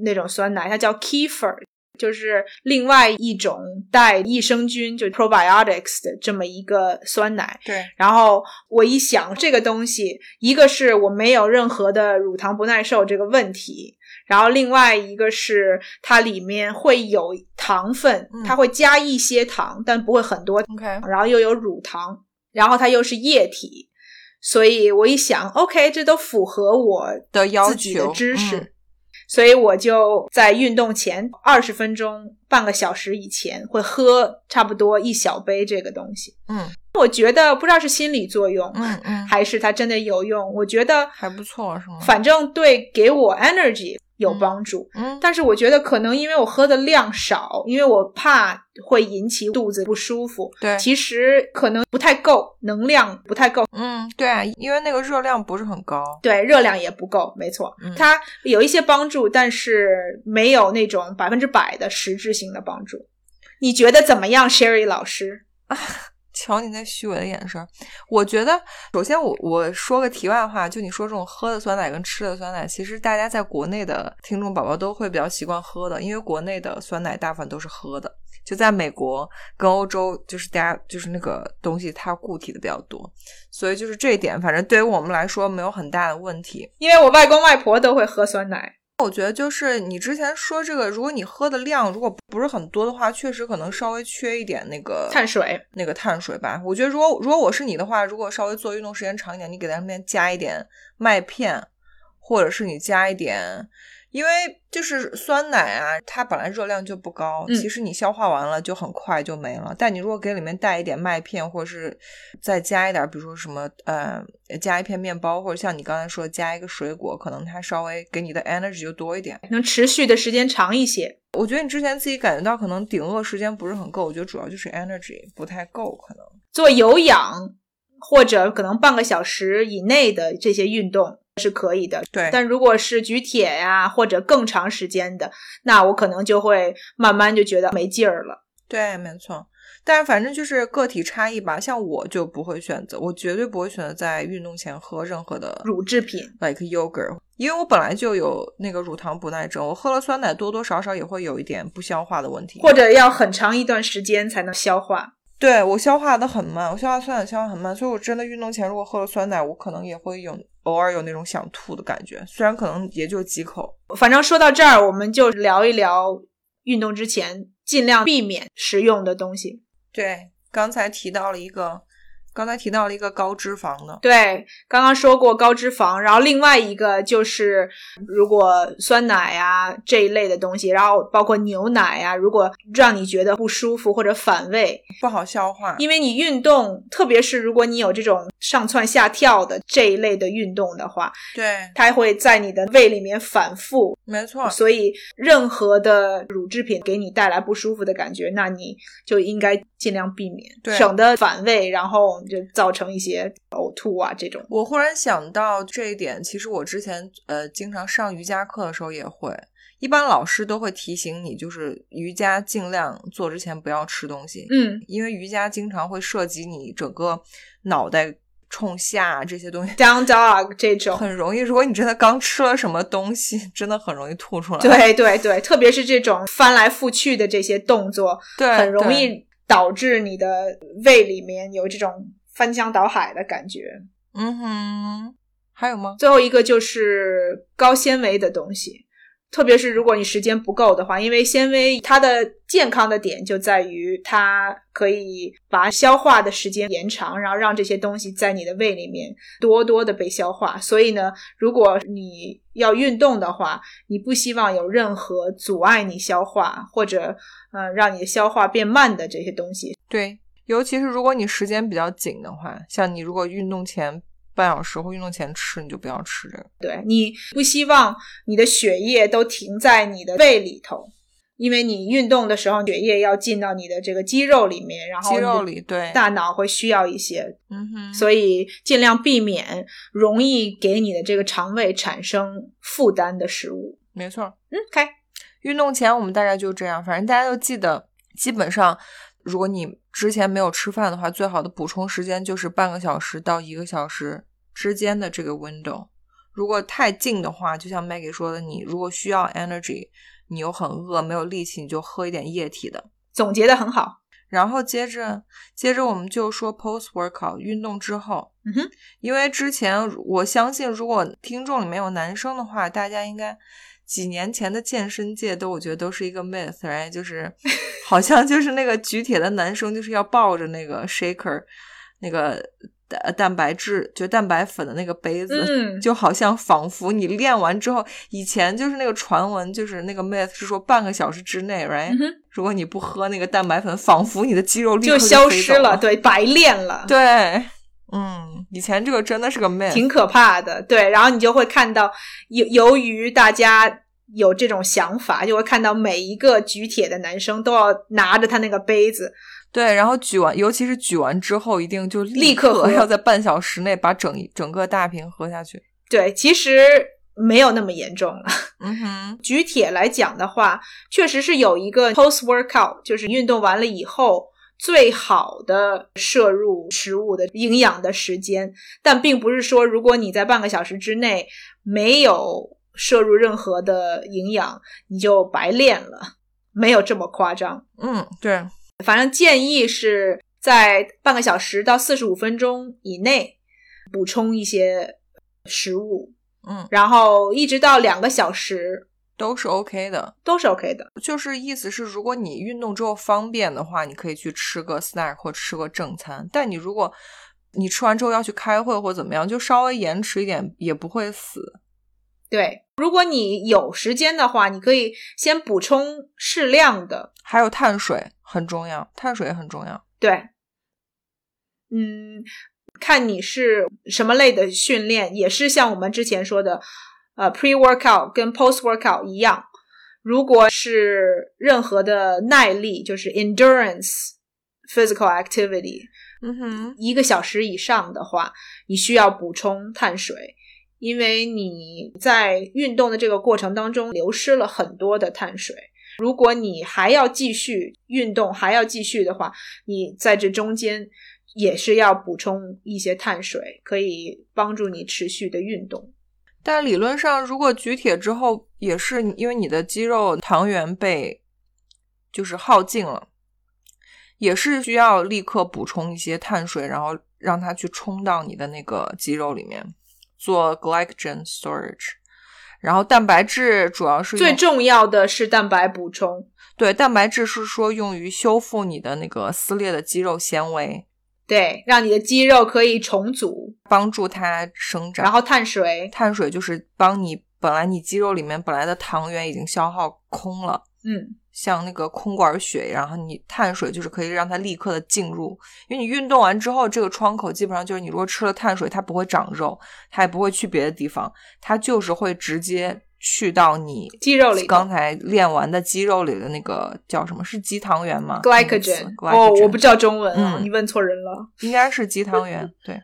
Speaker 1: 那种酸奶，它叫 kefir，就是另外一种带益生菌，就 probiotics 的这么一个酸奶。
Speaker 2: 对，
Speaker 1: 然后我一想，这个东西，一个是我没有任何的乳糖不耐受这个问题，然后另外一个是它里面会有糖分
Speaker 2: 嗯，
Speaker 1: 它会加一些糖，但不会很多，
Speaker 2: OK，
Speaker 1: 然后又有乳糖，然后它又是液体，所以我一想，OK，这都符合我
Speaker 2: 的要
Speaker 1: 自己的
Speaker 2: 求
Speaker 1: 知识。
Speaker 2: 嗯
Speaker 1: 所以我就在运动前二十分钟、半个小时以前会喝差不多一小杯这个东西。
Speaker 2: 嗯，
Speaker 1: 我觉得不知道是心理作用，
Speaker 2: 嗯嗯，
Speaker 1: 还是它真的有用。我觉得
Speaker 2: 还不错是吗
Speaker 1: 反正对给我 energy 有帮助。
Speaker 2: 嗯，
Speaker 1: 但是我觉得可能因为我喝的量少，因为我怕会引起肚子不舒服，
Speaker 2: 对，
Speaker 1: 其实可能不太够，能量不太够，
Speaker 2: 嗯，对啊，因为那个热量不是很高，
Speaker 1: 对，热量也不够，没错，
Speaker 2: 嗯
Speaker 1: 它有一些帮助，但是没有那种百分之百的实质性的帮助。你觉得怎么样，Sherry 老师？
Speaker 2: 瞧你那虚伪的眼神儿，我觉得，首先我我说个题外话，就你说这种喝的酸奶跟吃的酸奶，其实大家在国内的听众宝宝都会比较习惯喝的，因为国内的酸奶大部分都是喝的，就在美国跟欧洲，就是大家就是那个东西它固体的比较多，所以就是这一点，反正对于我们来说没有很大的问题。
Speaker 1: 因为我外公外婆都会喝酸奶，
Speaker 2: 我觉得就是你之前说这个，如果你喝的量如果不是很多的话，确实可能稍微缺一点那个
Speaker 1: 碳水，
Speaker 2: 那个碳水吧。我觉得如果如果我是你的话，如果稍微做运动时间长一点，你给它上面加一点麦片，或者是你加一点，因为就是酸奶啊，它本来热量就不高，
Speaker 1: 嗯
Speaker 2: 其实你消化完了就很快就没了。但你如果给里面带一点麦片，或者是再加一点，比如说什么呃，加一片面包，或者像你刚才说的加一个水果，可能它稍微给你的 energy 就多一点。
Speaker 1: 能持续的时间长一些。
Speaker 2: 我觉得你之前自己感觉到可能顶饿时间不是很够，我觉得主要就是 energy 不太够，可能。
Speaker 1: 做有氧或者可能半个小时以内的这些运动是可以的。
Speaker 2: 对，
Speaker 1: 但如果是举铁呀、或者更长时间的，那我可能就会慢慢就觉得没劲儿了。
Speaker 2: 对，没错。但是反正就是个体差异吧，像我就不会选择，我绝对不会选择在运动前喝任何的
Speaker 1: 乳制品，
Speaker 2: like yogurt，因为我本来就有那个乳糖不耐症，我喝了酸奶多多少少也会有一点不消化的问题，
Speaker 1: 或者要很长一段时间才能消化。
Speaker 2: 对我消化的很慢，我消化酸奶消化很慢，所以我真的运动前如果喝了酸奶，我可能也会有偶尔有那种想吐的感觉，虽然可能也就几口。
Speaker 1: 反正说到这儿，我们就聊一聊运动之前尽量避免食用的东西。
Speaker 2: 对，刚才提到了一个，刚才提到了一个高脂肪的，
Speaker 1: 对，刚刚说过高脂肪，然后另外一个就是如果酸奶啊这一类的东西，然后包括牛奶啊，如果让你觉得不舒服或者反胃，
Speaker 2: 不好消化。
Speaker 1: 因为你运动，特别是如果你有这种上蹿下跳的这一类的运动的话，
Speaker 2: 对，
Speaker 1: 它会在你的胃里面反复，
Speaker 2: 没错，
Speaker 1: 所以任何的乳制品给你带来不舒服的感觉，那你就应该尽量避免，
Speaker 2: 对
Speaker 1: 省得反胃，然后就造成一些呕吐啊这种。
Speaker 2: 我忽然想到这一点，其实我之前呃经常上瑜伽课的时候也会，一般老师都会提醒你，就是瑜伽尽量做之前不要吃东西，
Speaker 1: 嗯，
Speaker 2: 因为瑜伽经常会涉及你整个脑袋冲下这些东西，
Speaker 1: down dog 这种，
Speaker 2: 很容易。如果你真的刚吃了什么东西，真的很容易吐出来。
Speaker 1: 对对对，特别是这种翻来覆去的这些动作，
Speaker 2: 对，
Speaker 1: 很容
Speaker 2: 对
Speaker 1: 易导致你的胃里面有这种翻江倒海的感觉。
Speaker 2: 嗯哼，还有吗？
Speaker 1: 最后一个就是高纤维的东西，特别是如果你时间不够的话，因为纤维它的健康的点就在于它可以把消化的时间延长，然后让这些东西在你的胃里面多多的被消化。所以呢，如果你要运动的话，你不希望有任何阻碍你消化或者呃让你的消化变慢的这些东西。
Speaker 2: 对，尤其是如果你时间比较紧的话，像你如果运动前半小时或运动前吃，你就不要吃这个。
Speaker 1: 对你不希望你的血液都停在你的胃里头，因为你运动的时候，血液要进到你的这个肌肉里面，然后
Speaker 2: 肌肉
Speaker 1: 你
Speaker 2: 里，对
Speaker 1: 的，大脑会需要一些，
Speaker 2: 嗯哼，
Speaker 1: 所以尽量避免容易给你的这个肠胃产生负担的食物。
Speaker 2: 没错。
Speaker 1: 嗯，OK，
Speaker 2: 运动前我们大概就这样，反正大家都记得，基本上如果你之前没有吃饭的话，最好的补充时间就是半个小时到一个小时之间的这个 window。如果太近的话，就像 Maggie 说的，你如果需要 energy，你又很饿没有力气，你就喝一点液体的。
Speaker 1: 总结的很好。
Speaker 2: 然后接着，接着我们就说 post workout 运动之后，
Speaker 1: 嗯哼，
Speaker 2: 因为之前我相信，如果听众里面有男生的话，大家应该几年前的健身界都我觉得都是一个 myth，right？就是 好像就是那个举铁的男生就是要抱着那个 shaker 那个蛋蛋白质就蛋白粉的那个杯子，
Speaker 1: 嗯，
Speaker 2: 就好像仿佛你练完之后，以前就是那个传闻，就是那个 myth 是说半个小时之内，right？、
Speaker 1: 嗯哼
Speaker 2: 如果你不喝那个蛋白粉，仿佛你的肌肉立
Speaker 1: 就
Speaker 2: 刻
Speaker 1: 消
Speaker 2: 飞
Speaker 1: 失
Speaker 2: 走
Speaker 1: 了，
Speaker 2: 了。
Speaker 1: 对，白练了。
Speaker 2: 对，嗯，以前这个真的是个 myth。
Speaker 1: 挺可怕的。对，然后你就会看到，由由于大家有这种想法，就会看到每一个举铁的男生都要拿着他那个杯子，
Speaker 2: 对，然后举完，尤其是举完之后，一定就
Speaker 1: 立刻喝
Speaker 2: 刻要在半小时内把整一整个大瓶喝下去。
Speaker 1: 对，其实没有那么严重了。
Speaker 2: 嗯哼，
Speaker 1: 举铁来讲的话，确实是有一个 post workout，就是运动完了以后。最好的摄入食物的营养的时间，但并不是说如果你在半个小时之内没有摄入任何的营养，你就白练了，没有这么夸张。
Speaker 2: 嗯，对，
Speaker 1: 反正建议是在半个小时到四十五分钟以内补充一些食物，
Speaker 2: 嗯，
Speaker 1: 然后一直到两个小时
Speaker 2: 都是 OK 的。
Speaker 1: 都是 OK 的。
Speaker 2: 就是意思是，如果你运动之后方便的话，你可以去吃个 snack 或吃个正餐。但你如果你吃完之后要去开会或怎么样，就稍微延迟一点也不会死。
Speaker 1: 对，如果你有时间的话，你可以先补充适量的。
Speaker 2: 还有碳水很重要，碳水也很重要。
Speaker 1: 对，嗯，看你是什么类的训练，也是像我们之前说的，呃，pre workout 跟 post workout 一样。如果是任何的耐力，就是 endurance physical activity，
Speaker 2: 嗯哼，
Speaker 1: 一个小时以上的话，你需要补充碳水，因为你在运动的这个过程当中流失了很多的碳水。如果你还要继续运动，还要继续的话，你在这中间也是要补充一些碳水，可以帮助你持续的运动。
Speaker 2: 但理论上，如果举铁之后，也是因为你的肌肉糖原被就是耗尽了，也是需要立刻补充一些碳水，然后让它去冲到你的那个肌肉里面，做 glycogen storage。然后蛋白质主要是
Speaker 1: 最
Speaker 2: 用
Speaker 1: 重要的是蛋白补充。
Speaker 2: 对蛋白质是说用于修复你的那个撕裂的肌肉纤维，
Speaker 1: 对，让你的肌肉可以重组，
Speaker 2: 帮助它生长。
Speaker 1: 然后碳水，
Speaker 2: 碳水就是帮你本来你肌肉里面本来的糖原已经消耗空了。
Speaker 1: 嗯，
Speaker 2: 像那个空管血，然后你碳水就是可以让它立刻的进入，因为你运动完之后，这个窗口基本上就是你如果吃了碳水，它不会长肉，它也不会去别的地方，它就是会直接去到你
Speaker 1: 肌肉里
Speaker 2: 刚才练完的肌肉里的那个叫什么是肌糖原吗
Speaker 1: glycogen，
Speaker 2: g l y
Speaker 1: 哦，
Speaker 2: c o g
Speaker 1: 我不知道中文啊，
Speaker 2: 嗯
Speaker 1: 你问错人了。
Speaker 2: 应该是鸡汤圆，对。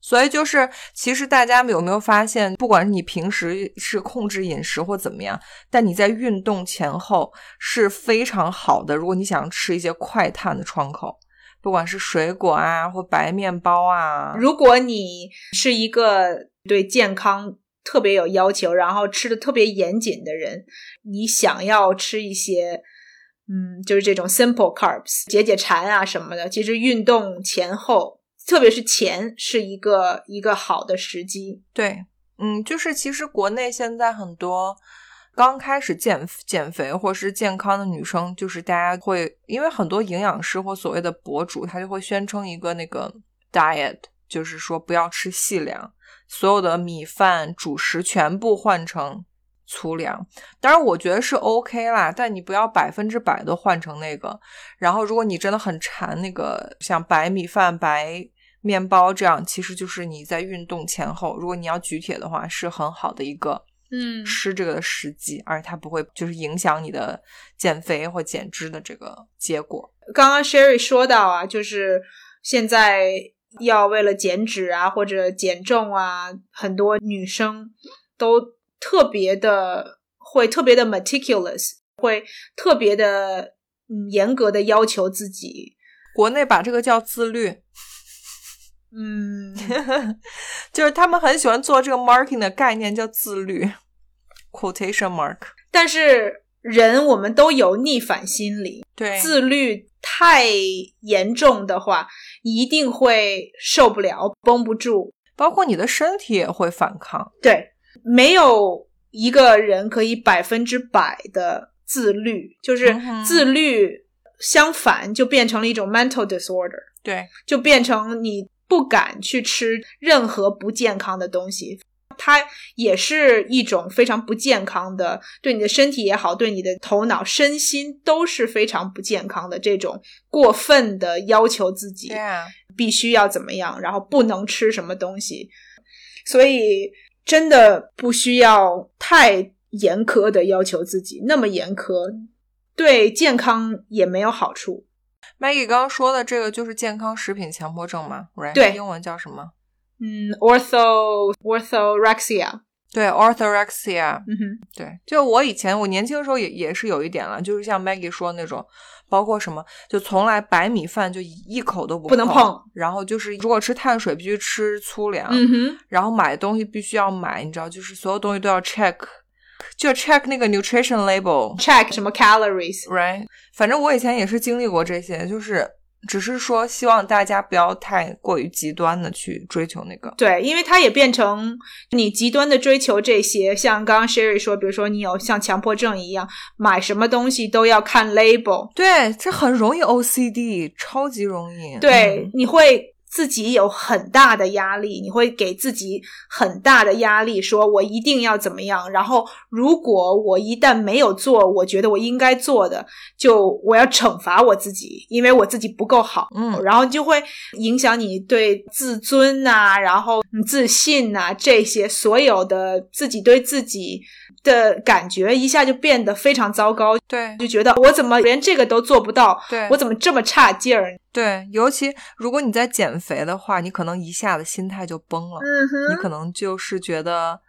Speaker 2: 所以就是，其实大家有没有发现，不管是你平时是控制饮食或怎么样，但你在运动前后是非常好的。如果你想吃一些快碳的窗口，不管是水果啊或白面包啊，
Speaker 1: 如果你是一个对健康特别有要求，然后吃的特别严谨的人，你想要吃一些，嗯，就是这种 simple carbs 解解馋啊什么的，其实运动前后，特别是前是一个一个好的时机。
Speaker 2: 对，嗯，就是其实国内现在很多刚开始减减肥或是健康的女生，就是大家会因为很多营养师或所谓的博主，他就会宣称一个那个 diet，就是说不要吃细粮，所有的米饭主食全部换成粗粮。当然，我觉得是 OK 啦，但你不要百分之百都换成那个。然后，如果你真的很馋那个像白米饭、白面包这样，其实就是你在运动前后，如果你要举铁的话，是很好的一个
Speaker 1: 嗯
Speaker 2: 吃这个的时机，而且它不会就是影响你的减肥或减脂的这个结果。
Speaker 1: 刚刚 Sherry 说到啊，就是现在要为了减脂啊或者减重啊，很多女生都特别的会特别的 meticulous，会特别的嗯严格的要求自己。
Speaker 2: 国内把这个叫自律，
Speaker 1: 嗯，
Speaker 2: 就是他们很喜欢做这个 marking 的概念叫自律，quotation mark。
Speaker 1: 但是人我们都有逆反心理，
Speaker 2: 对，
Speaker 1: 自律太严重的话，一定会受不了，绷不住，
Speaker 2: 包括你的身体也会反抗。
Speaker 1: 对，没有一个人可以百分之百的自律，就是
Speaker 2: 嗯哼
Speaker 1: 自律相反就变成了一种 mental disorder，
Speaker 2: 对，
Speaker 1: 就变成你不敢去吃任何不健康的东西。它也是一种非常不健康的，对你的身体也好，对你的头脑、身心都是非常不健康的。这种过分的要求自己，
Speaker 2: 对啊，
Speaker 1: 必须要怎么样，然后不能吃什么东西，所以真的不需要太严苛的要求自己，那么严苛对健康也没有好处。
Speaker 2: Maggie 刚刚说的这个就是健康食品强迫症嘛，right？
Speaker 1: 对
Speaker 2: 英文叫什么？
Speaker 1: 嗯，ortho orthorexia，
Speaker 2: 对，orthorexia。
Speaker 1: 嗯哼，
Speaker 2: 对，就我以前我年轻的时候也也是有一点了，就是像 Maggie 说的那种，包括什么，就从来白米饭就一口都不
Speaker 1: 不能碰，
Speaker 2: 然后就是如果吃碳水必须吃粗粮，
Speaker 1: 嗯哼，
Speaker 2: 然后买东西必须要买，你知道，就是所有东西都要 check，就 check 那个 nutrition label。
Speaker 1: check 什么 calories，
Speaker 2: right？反正我以前也是经历过这些，就是只是说希望大家不要太过于极端的去追求那个。
Speaker 1: 对，因为它也变成你极端的追求这些，像刚刚 Sherry 说，比如说你有像强迫症一样，买什么东西都要看 label，
Speaker 2: 对，这很容易 OCD，超级容易。
Speaker 1: 对
Speaker 2: 嗯，
Speaker 1: 你会自己有很大的压力，你会给自己很大的压力，说我一定要怎么样。然后，如果我一旦没有做，我觉得我应该做的，就我要惩罚我自己，因为我自己不够好。
Speaker 2: 嗯，
Speaker 1: 然后就会影响你对自尊呐、然后你自信呐、嗯这些所有的自己对自己的感觉，一下就变得非常糟糕，
Speaker 2: 对
Speaker 1: 就觉得我怎么连这个都做不到，
Speaker 2: 对
Speaker 1: 我怎么这么差劲儿？
Speaker 2: 对，尤其如果你在减肥的话，你可能一下子心态就崩了，
Speaker 1: 嗯哼
Speaker 2: 你可能就是觉得。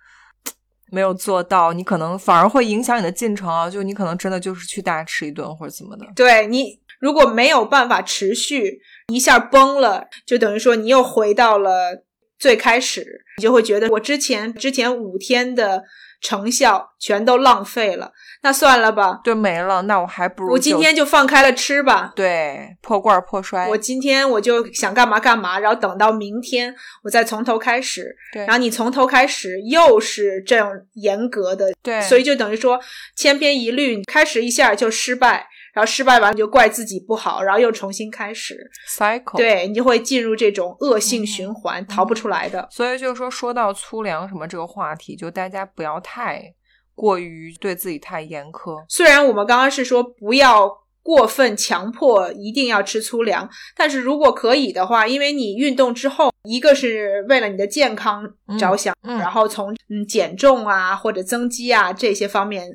Speaker 2: 没有做到，你可能反而会影响你的进程啊！就你可能真的就是去大吃一顿或者怎么的，
Speaker 1: 对你如果没有办法持续一下崩了，就等于说你又回到了最开始，你就会觉得我之前之前五天的成效全都浪费了，那算了吧，
Speaker 2: 对，没了，那我还不如
Speaker 1: 我今
Speaker 2: 就
Speaker 1: 天就放开了吃吧。
Speaker 2: 对破罐儿破摔，
Speaker 1: 我今天我就想干嘛干嘛，然后等到明天我再从头开始。
Speaker 2: 对
Speaker 1: 然后你从头开始又是这样严格的，
Speaker 2: 对，
Speaker 1: 所以就等于说千篇一律，你开始一下就失败，然后失败完你就怪自己不好，然后又重新开始，
Speaker 2: cycle
Speaker 1: 对你就会进入这种恶性循环，
Speaker 2: 嗯
Speaker 1: 逃不出来的。
Speaker 2: 所以就是说，说到粗粮什么这个话题，就大家不要太过于对自己太严苛。
Speaker 1: 虽然我们刚刚是说不要过分强迫一定要吃粗粮，但是如果可以的话，因为你运动之后，一个是为了你的健康着想，
Speaker 2: 嗯嗯
Speaker 1: 然后从嗯减重啊或者增肌啊这些方面，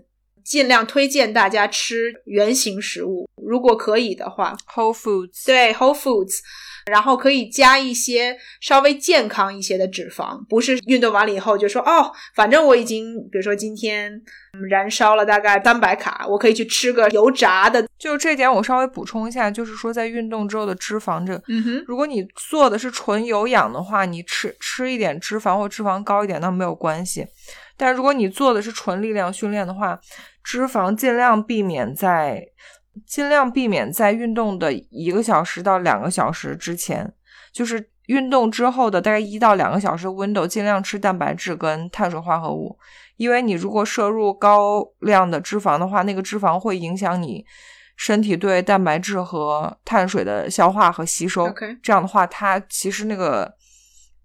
Speaker 1: 尽量推荐大家吃原形食物，如果可以的话，
Speaker 2: Whole Foods，
Speaker 1: 对 Whole Foods。然后可以加一些稍微健康一些的脂肪，不是运动完了以后就说哦，反正我已经，比如说今天嗯燃烧了大概三百卡，我可以去吃个油炸的，
Speaker 2: 就这点我稍微补充一下，就是说在运动之后的脂肪这个，
Speaker 1: 嗯哼，
Speaker 2: 如果你做的是纯有氧的话，你吃吃一点脂肪或脂肪高一点那没有关系。但如果你做的是纯力量训练的话，脂肪尽量避免在尽量避免在运动的一个小时到两个小时之前，就是运动之后的大概一到两个小时 window，尽量吃蛋白质跟碳水化合物，因为你如果摄入高量的脂肪的话，那个脂肪会影响你身体对蛋白质和碳水的消化和吸收。
Speaker 1: OK
Speaker 2: 这样的话，它其实那个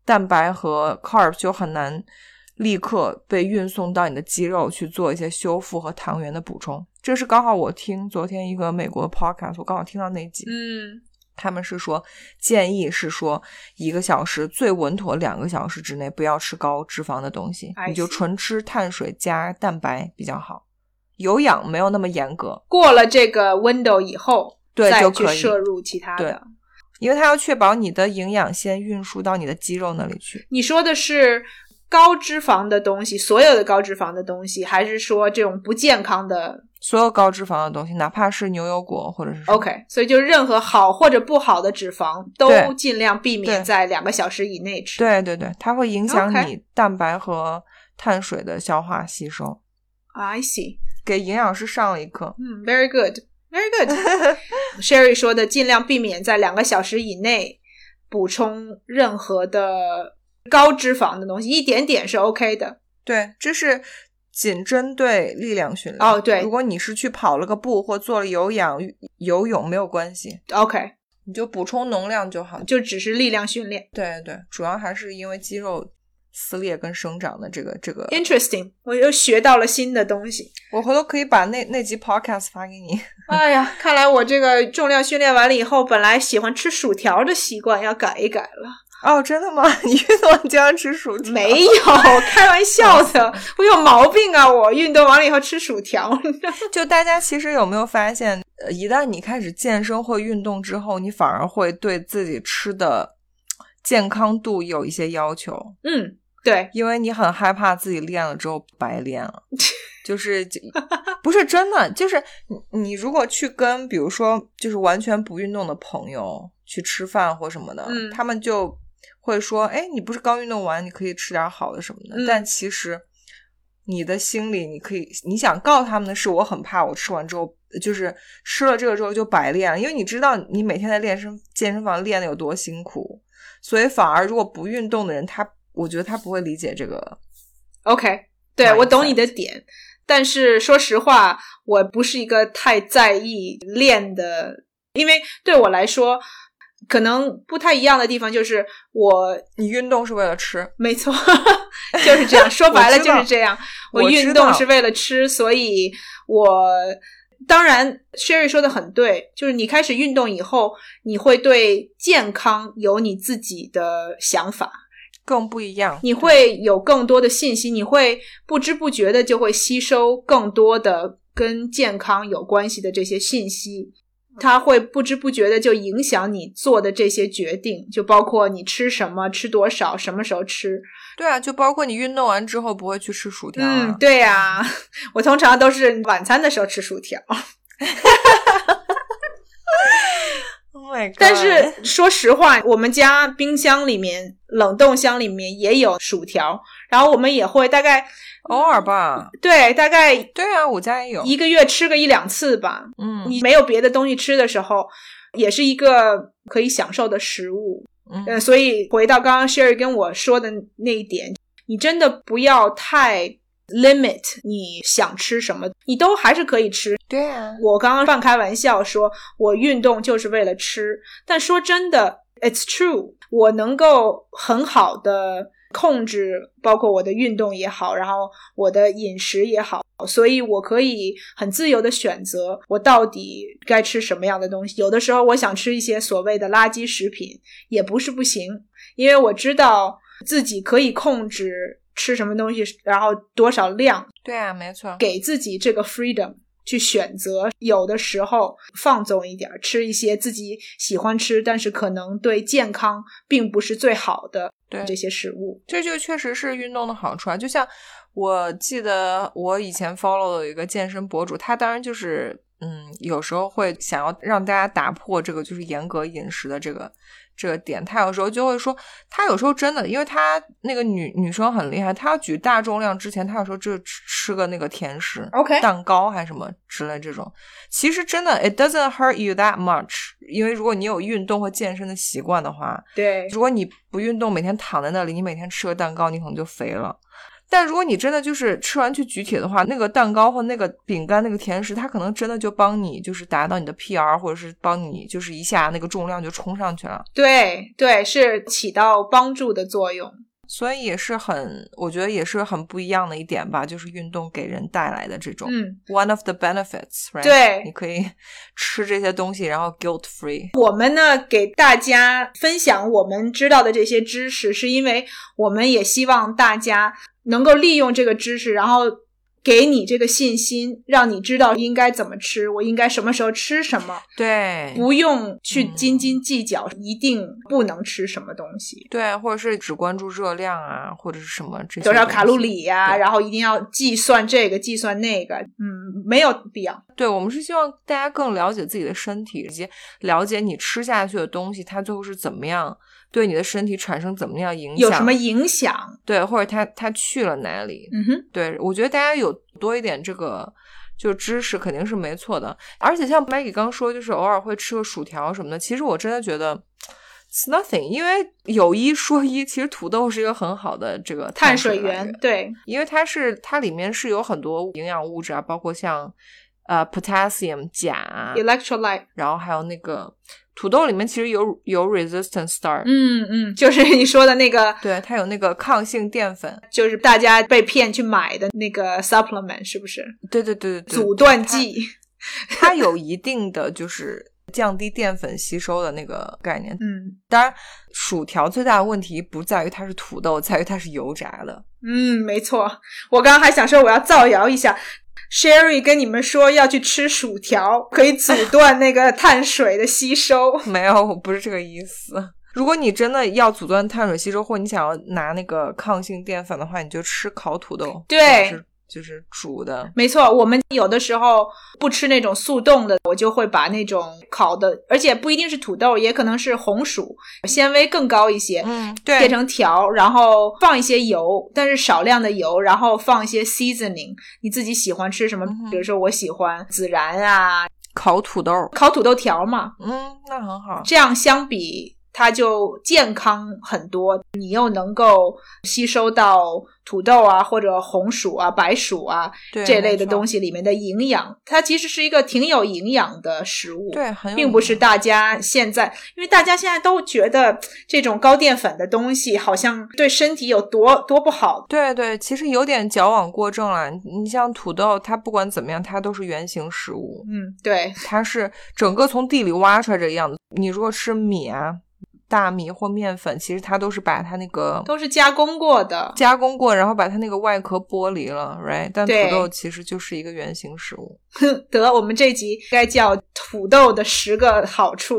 Speaker 2: 蛋白和 carb 就很难立刻被运送到你的肌肉去做一些修复和糖原的补充。这是刚好我听昨天一个美国 podcast，我刚好听到那一集，
Speaker 1: 嗯
Speaker 2: 他们是说建议是说一个小时最稳妥，两个小时之内不要吃高脂肪的东西
Speaker 1: I，
Speaker 2: 你就
Speaker 1: see
Speaker 2: 纯吃碳水加蛋白比较好。有氧没有那么严格，
Speaker 1: 过了这个 window 以后，
Speaker 2: 对
Speaker 1: 再
Speaker 2: 就
Speaker 1: 去
Speaker 2: 可以
Speaker 1: 摄入其他
Speaker 2: 对
Speaker 1: 的。
Speaker 2: 因为它要确保你的营养先运输到你的肌肉那里去。
Speaker 1: 你说的是高脂肪的东西，所有的高脂肪的东西，还是说这种不健康的
Speaker 2: 所有高脂肪的东西，哪怕是牛油果或者是什么
Speaker 1: ？OK，所以就是任何好或者不好的脂肪都
Speaker 2: 对
Speaker 1: 尽量避免
Speaker 2: 对
Speaker 1: 在两个小时以内吃。
Speaker 2: 对对对，它会影响
Speaker 1: OK
Speaker 2: 你蛋白和碳水的消化吸收。
Speaker 1: I see，
Speaker 2: 给营养师上了一课，
Speaker 1: 嗯，very good，very good。Sherry 说的，尽量避免在两个小时以内补充任何的高脂肪的东西，一点点是 OK 的。
Speaker 2: 对，这是仅针对力量训练。
Speaker 1: 哦对
Speaker 2: 如果你是去跑了个步或做了有氧游泳，没有关系，
Speaker 1: OK，
Speaker 2: 你就补充能量就好。
Speaker 1: 就只是力量训练。
Speaker 2: 对对，主要还是因为肌肉撕裂跟生长的这个这个。
Speaker 1: Interesting，我又学到了新的东西。
Speaker 2: 我回头可以把那那集 podcast 发给你。
Speaker 1: 哎呀，看来我这个重量训练完了以后，本来喜欢吃薯条的习惯要改一改了。
Speaker 2: 哦，真的吗？ 你运动完经常吃薯条？
Speaker 1: 没有， 开玩笑的， 我有毛病啊！我运动完了以后吃薯条，
Speaker 2: 就大家其实有没有发现，呃一旦你开始健身或运动之后，你反而会对自己吃的健康度有一些要求。
Speaker 1: 嗯，对，
Speaker 2: 因为你很害怕自己练了之后白练了，就是就不是真的，就是你你如果去跟比如说就是完全不运动的朋友去吃饭或什么的，
Speaker 1: 嗯
Speaker 2: 他们就会说，哎，你不是刚运动完，你可以吃点好的什么的，
Speaker 1: 嗯
Speaker 2: 但其实。你的心里，你可以，你想告诉他们的是，我很怕我吃完之后，就是吃了这个之后就白练了，因为你知道你每天在练身健身房练的有多辛苦，所以反而如果不运动的人，他我觉得他不会理解这个。
Speaker 1: OK，对
Speaker 2: Mindset
Speaker 1: 我懂你的点，但是说实话，我不是一个太在意练的，因为对我来说，可能不太一样的地方就是我
Speaker 2: 你运动是为了吃，
Speaker 1: 没错， 就是 这样。说白了就是这样。
Speaker 2: 我
Speaker 1: 我
Speaker 2: 知
Speaker 1: 运
Speaker 2: 道
Speaker 1: 动是为了吃，所以我当然，Sherry 说的很对，就是你开始运动以后，你会对健康有你自己的想法，
Speaker 2: 更不一样。
Speaker 1: 你会有更多的信息，你会不知不觉的就会吸收更多的跟健康有关系的这些信息。它会不知不觉的就影响你做的这些决定，就包括你吃什么、吃多少、什么时候吃，
Speaker 2: 对啊，就包括你运动完之后不会去吃薯条、啊。
Speaker 1: 嗯，对呀、 我通常都是晚餐的时候吃薯条。
Speaker 2: ，Oh my my god！
Speaker 1: 但是说实话，我们家冰箱里面、冷冻箱里面也有薯条，然后我们也会大概
Speaker 2: 偶尔吧，
Speaker 1: 对大概
Speaker 2: 对啊，我家也有，
Speaker 1: 一个月吃个一两次吧。
Speaker 2: 嗯
Speaker 1: 你没有别的东西吃的时候，也是一个可以享受的食物。
Speaker 2: 嗯
Speaker 1: 呃，所以回到刚刚 Sherry 跟我说的那一点，你真的不要太 limit 你想吃什么，你都还是可以吃。
Speaker 2: 对啊，
Speaker 1: 我刚刚半开玩笑说，我运动就是为了吃，但说真的，it's true，我能够很好的控制，包括我的运动也好，然后我的饮食也好，所以我可以很自由的选择我到底该吃什么样的东西。有的时候我想吃一些所谓的垃圾食品，也不是不行，因为我知道自己可以控制吃什么东西，然后多少量。
Speaker 2: 对啊，没错，
Speaker 1: 给自己这个 freedom 去选择，有的时候放纵一点儿，吃一些自己喜欢吃，但是可能对健康并不是最好的
Speaker 2: 对
Speaker 1: 这些食物。
Speaker 2: 这就确实是运动的好处啊。就像我记得我以前 follow 的有一个健身博主，他当然就是嗯，有时候会想要让大家打破这个就是严格饮食的这个这个点。他有时候就会说，他有时候真的，因为他那个女女生很厉害，她要举大重量之前，她有时候就吃吃个那个甜食。
Speaker 1: OK，
Speaker 2: 蛋糕还是什么之类这种，其实真的 it doesn't hurt you that much，因为如果你有运动和健身的习惯的话，
Speaker 1: 对
Speaker 2: 如果你不运动，每天躺在那里，你每天吃个蛋糕，你可能就肥了。但如果你真的就是吃完去举铁的话，那个蛋糕或那个饼干、那个甜食，它可能真的就帮你就是达到你的 PR，或者是帮你就是一下那个重量就冲上去了。
Speaker 1: 对对，是起到帮助的作用。
Speaker 2: 所以也是很，我觉得也是很不一样的一点吧，就是运动给人带来的这种、
Speaker 1: 嗯，
Speaker 2: one of the benefits，right？
Speaker 1: 对
Speaker 2: 你可以 吃这些东西，然后 guilt free。
Speaker 1: 我们呢给大家分享我们知道的这些知识，是因为我们也希望大家能够利用这个知识，然后给你这个信心，让你知道应该怎么吃，我应该什么时候吃什么。
Speaker 2: 对，
Speaker 1: 不用去
Speaker 2: 嗯
Speaker 1: 斤斤计较，一定不能吃什么东西，
Speaker 2: 对，或者是只关注热量啊，或者是什么这些
Speaker 1: 多少卡路
Speaker 2: 东西
Speaker 1: 里呀、
Speaker 2: 对
Speaker 1: 然后一定要计算这个，计算那个，嗯，没有必要。
Speaker 2: 对，我们是希望大家更了解自己的身体，以及了解你吃下去的东西，它最后是怎么样对你的身体产生怎么样影响，
Speaker 1: 有什么影响？
Speaker 2: 对，或者它它去了哪里？
Speaker 1: 嗯哼，
Speaker 2: 对我觉得大家有多一点这个就知识肯定是没错的，而且像 Maggie 刚说，就是偶尔会吃个薯条什么的，其实我真的觉得。It's nothing，因为有一说一，其实土豆是一个很好的这个
Speaker 1: 碳
Speaker 2: 水
Speaker 1: 水
Speaker 2: 来
Speaker 1: 源，对，
Speaker 2: 因为它是它里面是有很多营养物质啊，包括像呃 potassium 钾啊，
Speaker 1: electrolyte，
Speaker 2: 然后还有那个土豆里面其实有有 resistant starch，、
Speaker 1: 嗯嗯，就是 你说的那个，
Speaker 2: 对，它有那个抗性淀粉，
Speaker 1: 就是大家被骗去买的那个 supplement，是不是？
Speaker 2: 对对对对对，
Speaker 1: 阻断
Speaker 2: 它，
Speaker 1: 剂，
Speaker 2: 它有一定的就是降低淀粉吸收的那个概念。
Speaker 1: 嗯
Speaker 2: 当然，薯条最大的问题不在于它是土豆，在于它是油炸的。
Speaker 1: 嗯，没错。我刚刚还想说我要造谣一下。Sherry 跟你们说要去吃薯条，可以阻断那个碳水的吸收。
Speaker 2: 没有，我不是这个意思。如果你真的要阻断碳水吸收，或你想要拿那个抗性淀粉的话，你就吃烤土豆，
Speaker 1: 对
Speaker 2: 或者是就是煮的。
Speaker 1: 没错，我们有的时候不吃那种速冻的，我就会把那种烤的，而且不一定是土豆，也可能是红薯，纤维更高一些，
Speaker 2: 嗯，
Speaker 1: 切
Speaker 2: 对，
Speaker 1: 成条，然后放一些油，但是少量的油，然后放一些 seasoning，你自己喜欢吃什么
Speaker 2: 嗯哼？
Speaker 1: 比如说我喜欢孜然啊，
Speaker 2: 烤土豆，
Speaker 1: 烤土豆条嘛，
Speaker 2: 嗯，那很好。
Speaker 1: 这样相比它就健康很多，你又能够吸收到土豆啊或者红薯啊、白薯啊
Speaker 2: 对
Speaker 1: 这类的东
Speaker 2: 西，
Speaker 1: 西里面的营养，它其实是一个挺有营养的食物。。
Speaker 2: 对，很有
Speaker 1: 并不是
Speaker 2: 营养
Speaker 1: 大家现在，因为大家现在都觉得这种高淀粉的东西好像对身体有多多不好。
Speaker 2: 对对，其实有点矫枉过正了。你你像土豆，它不管怎么样，它都是原型食物，
Speaker 1: 嗯，对，
Speaker 2: 它是整个从地里挖出来这个样子。你如果吃米啊、大米或面粉，其实它都是把它那个
Speaker 1: 都是加工过的。
Speaker 2: 加工过，然后把它那个外壳剥离了，right？但土
Speaker 1: 对
Speaker 2: 豆其实就是一个原型食物。
Speaker 1: 得，我们这集该叫土豆的十个好处，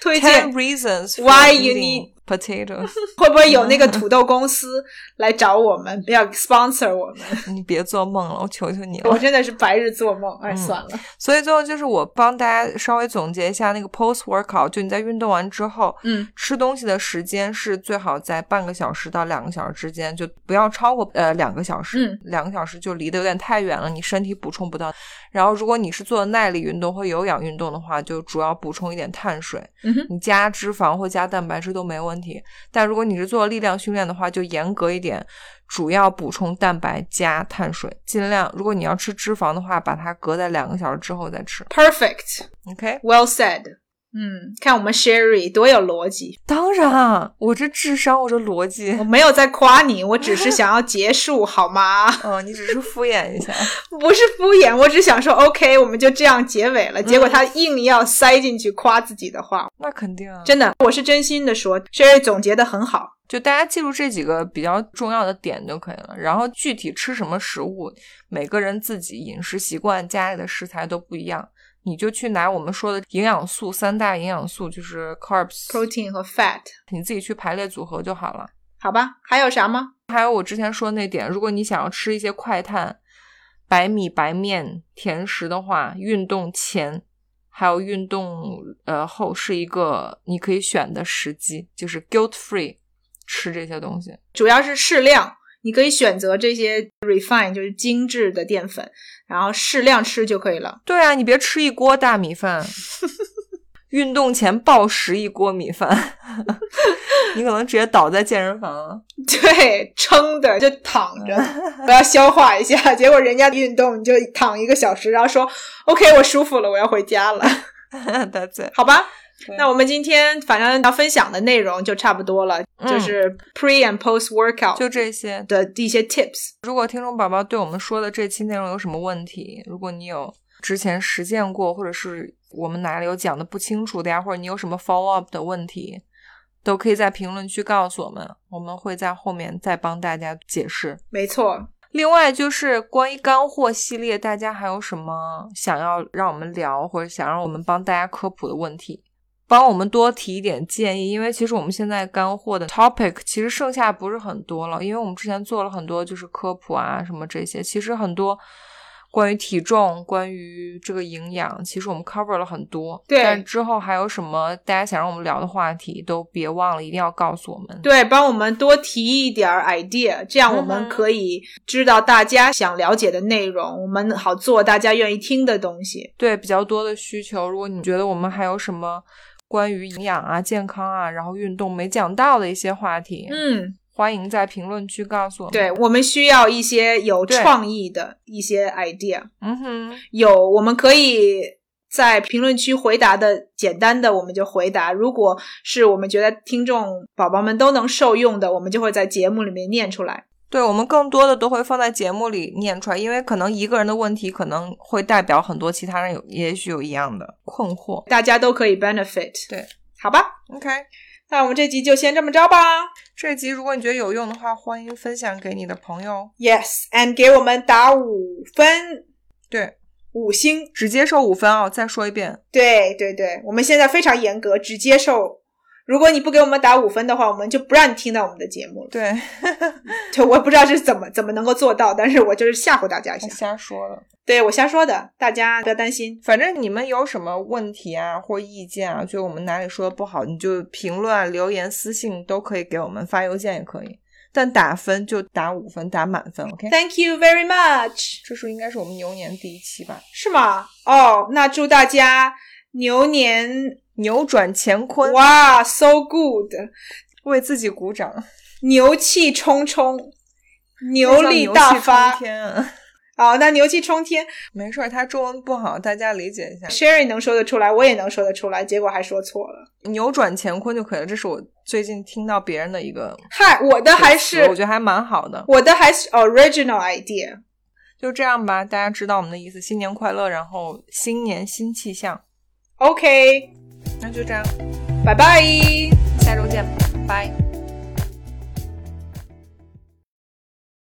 Speaker 1: 推
Speaker 2: Ten
Speaker 1: 荐
Speaker 2: reasons for
Speaker 1: Why you
Speaker 2: eating
Speaker 1: need
Speaker 2: potatoes，
Speaker 1: 会不会
Speaker 2: 嗯
Speaker 1: 有那个土豆公司来找我们，要 sponsor 我们？
Speaker 2: 你别做梦了，我求求你
Speaker 1: 我
Speaker 2: 了。
Speaker 1: 真的是白日做梦，哎，
Speaker 2: 嗯
Speaker 1: 算了，
Speaker 2: 所以最后就是我帮大家稍微总结一下那个 post workout，就你在运动完之后，
Speaker 1: 嗯，
Speaker 2: 吃东西的时间是最好在半个小时到两个小时之间，就不要超过呃两个小时。
Speaker 1: 嗯
Speaker 2: 两个小时就离得有点太远了，你身体补充不到。然后如果你是做耐力运动或有氧运动的话，就主要补充一点碳水，
Speaker 1: 嗯哼，
Speaker 2: 你加脂肪或加蛋白质都没问题。但如果你是做力量训练的话，就严格一点，主要补充蛋白加碳水，尽量如果你要吃脂肪的话，把它隔在两个小时之后再吃。
Speaker 1: Perfect.
Speaker 2: OK。
Speaker 1: Well said. 嗯，看我们 Sherry 多有逻辑。
Speaker 2: 当然，啊我这智商，我这逻辑，
Speaker 1: 我没有在夸你，我只是想要结束，好吗？
Speaker 2: 哦，你只是敷衍一下。
Speaker 1: 不是敷衍，我只想说 OK，我们就这样结尾了。结果他硬要塞进去夸自己的话，
Speaker 2: 那肯定啊，
Speaker 1: 真的，我是真心的说，Sherry 总结的很好。
Speaker 2: 就大家记住这几个比较重要的点就可以了。然后具体吃什么食物，每个人自己饮食习惯、家里的食材都不一样，你就去拿我们说的营养素三大营养素，就是 carbs，
Speaker 1: protein 和 fat，
Speaker 2: 你自己去排列组合就好了。
Speaker 1: 好吧？还有啥吗？
Speaker 2: 还有我之前说的那点，如果你想要吃一些快碳、白米、白面、甜食的话，运动前还有运动呃后是一个你可以选的时机，就是 guilt free 吃这些东西。
Speaker 1: 主要是适量，你可以选择这些 refine 就是精致的淀粉，然后适量吃就可以了。
Speaker 2: 对啊，你别吃一锅大米饭，运动前暴食一锅米饭， 你可能直接倒在健身房 了。
Speaker 1: 对，撑的就躺着，
Speaker 2: 嗯
Speaker 1: 我要消化一下。结果人家运动，你就躺一个小时，然后说 OK，我舒服了，我要回家了，
Speaker 2: That's it。
Speaker 1: 好吧
Speaker 2: 对？
Speaker 1: 那我们今天反正要分享的内容就差不多了，
Speaker 2: 嗯
Speaker 1: 就是 pre and post workout
Speaker 2: 就这些，
Speaker 1: 的一些 tips。
Speaker 2: 如果听众宝宝对我们说的这期内容有什么问题，如果你有之前实践过，或者是我们哪里有讲的不清楚的呀，或者你有什么 follow up 的问题，都可以在评论区告诉我们，我们会在后面再帮大家解释。
Speaker 1: 没错，
Speaker 2: 另外就是关于干货系列，大家还有什么想要让我们聊，或者想让我们帮大家科普的问题，帮我们多提一点建议，因为其实我们现在干货的 topic 其实剩下不是很多了，因为我们之前做了很多就是科普啊什么这些，其实很多关于体重、关于这个营养，其实我们 cover 了很多。
Speaker 1: 对
Speaker 2: 但之后还有什么大家想让我们聊的话题，都别忘了一定要告诉我们。
Speaker 1: 对，帮我们多提一点儿 idea，这样我
Speaker 2: 嗯
Speaker 1: 们
Speaker 2: 哼
Speaker 1: 可以知道大家想了解的内容，我们好做大家愿意听的东西。
Speaker 2: 对比较多的需求。如果你觉得我们还有什么关于营养啊、健康啊，然后运动没讲到的一些话题，，
Speaker 1: 嗯，
Speaker 2: 欢迎在评论区告诉我们。
Speaker 1: 对，，我们需要一些有
Speaker 2: 对
Speaker 1: 创意的一些 idea，
Speaker 2: 嗯哼，
Speaker 1: 有我们可以在评论区回答的简单的我们就回答，如果是我们觉得听众宝宝们都能受用的，我们就会在节目里面念出来。
Speaker 2: 对我们更多的都会放在节目里念出来，因为可能一个人的问题可能会代表很多其他人有，也许有一样的困惑。
Speaker 1: 大家都可以 benefit。
Speaker 2: 对，
Speaker 1: 好吧，
Speaker 2: OK，
Speaker 1: 那我们这集就先这么着吧。
Speaker 2: 这集如果你觉得有用的话，欢迎分享给你的朋友。
Speaker 1: Yes，and 给我们打五分
Speaker 2: 对，
Speaker 1: 五星。
Speaker 2: 只接受五分哦。再说一遍，
Speaker 1: 对对对，我们现在非常严格，只接受。如果你不给我们打五分的话，我们就不让你听到我们的节目了。
Speaker 2: 对，
Speaker 1: 就我不知道是怎么怎么能够做到，但是我就是吓唬大家一下。
Speaker 2: 瞎说了。
Speaker 1: 对我瞎说的，大家不要担心。
Speaker 2: 反正你们有什么问题啊或意见啊，觉得我们哪里说的不好，你就评论、啊、留言、私信都可以给我们，发邮件也可以。但打分就打五分，打满分，OK？
Speaker 1: Thank you very much，
Speaker 2: 这是应该是我们牛年第一期吧？
Speaker 1: 是吗？哦，那祝大家牛年
Speaker 2: 扭转乾坤，
Speaker 1: 哇，so good，
Speaker 2: 为自己鼓掌，
Speaker 1: 牛气冲冲，牛力大
Speaker 2: 那叫牛气
Speaker 1: 发
Speaker 2: 冲。天啊！
Speaker 1: 好、那牛气冲天
Speaker 2: 没事儿，他中文不好，大家理解一下。
Speaker 1: ，Sherry 能说得出来，我也能说得出来，结果还说错了。
Speaker 2: 扭转乾坤就可以了，这是我最近听到别人的一个
Speaker 1: 嗨，我的还
Speaker 2: 词我觉
Speaker 1: 是
Speaker 2: 得还蛮好的。
Speaker 1: 我的还是 original idea。
Speaker 2: 就这样吧，大家知道我们的意思，新年快乐，然后新年新气象，
Speaker 1: OK，
Speaker 2: 那就这样。
Speaker 1: 拜拜。
Speaker 2: 下周见，拜。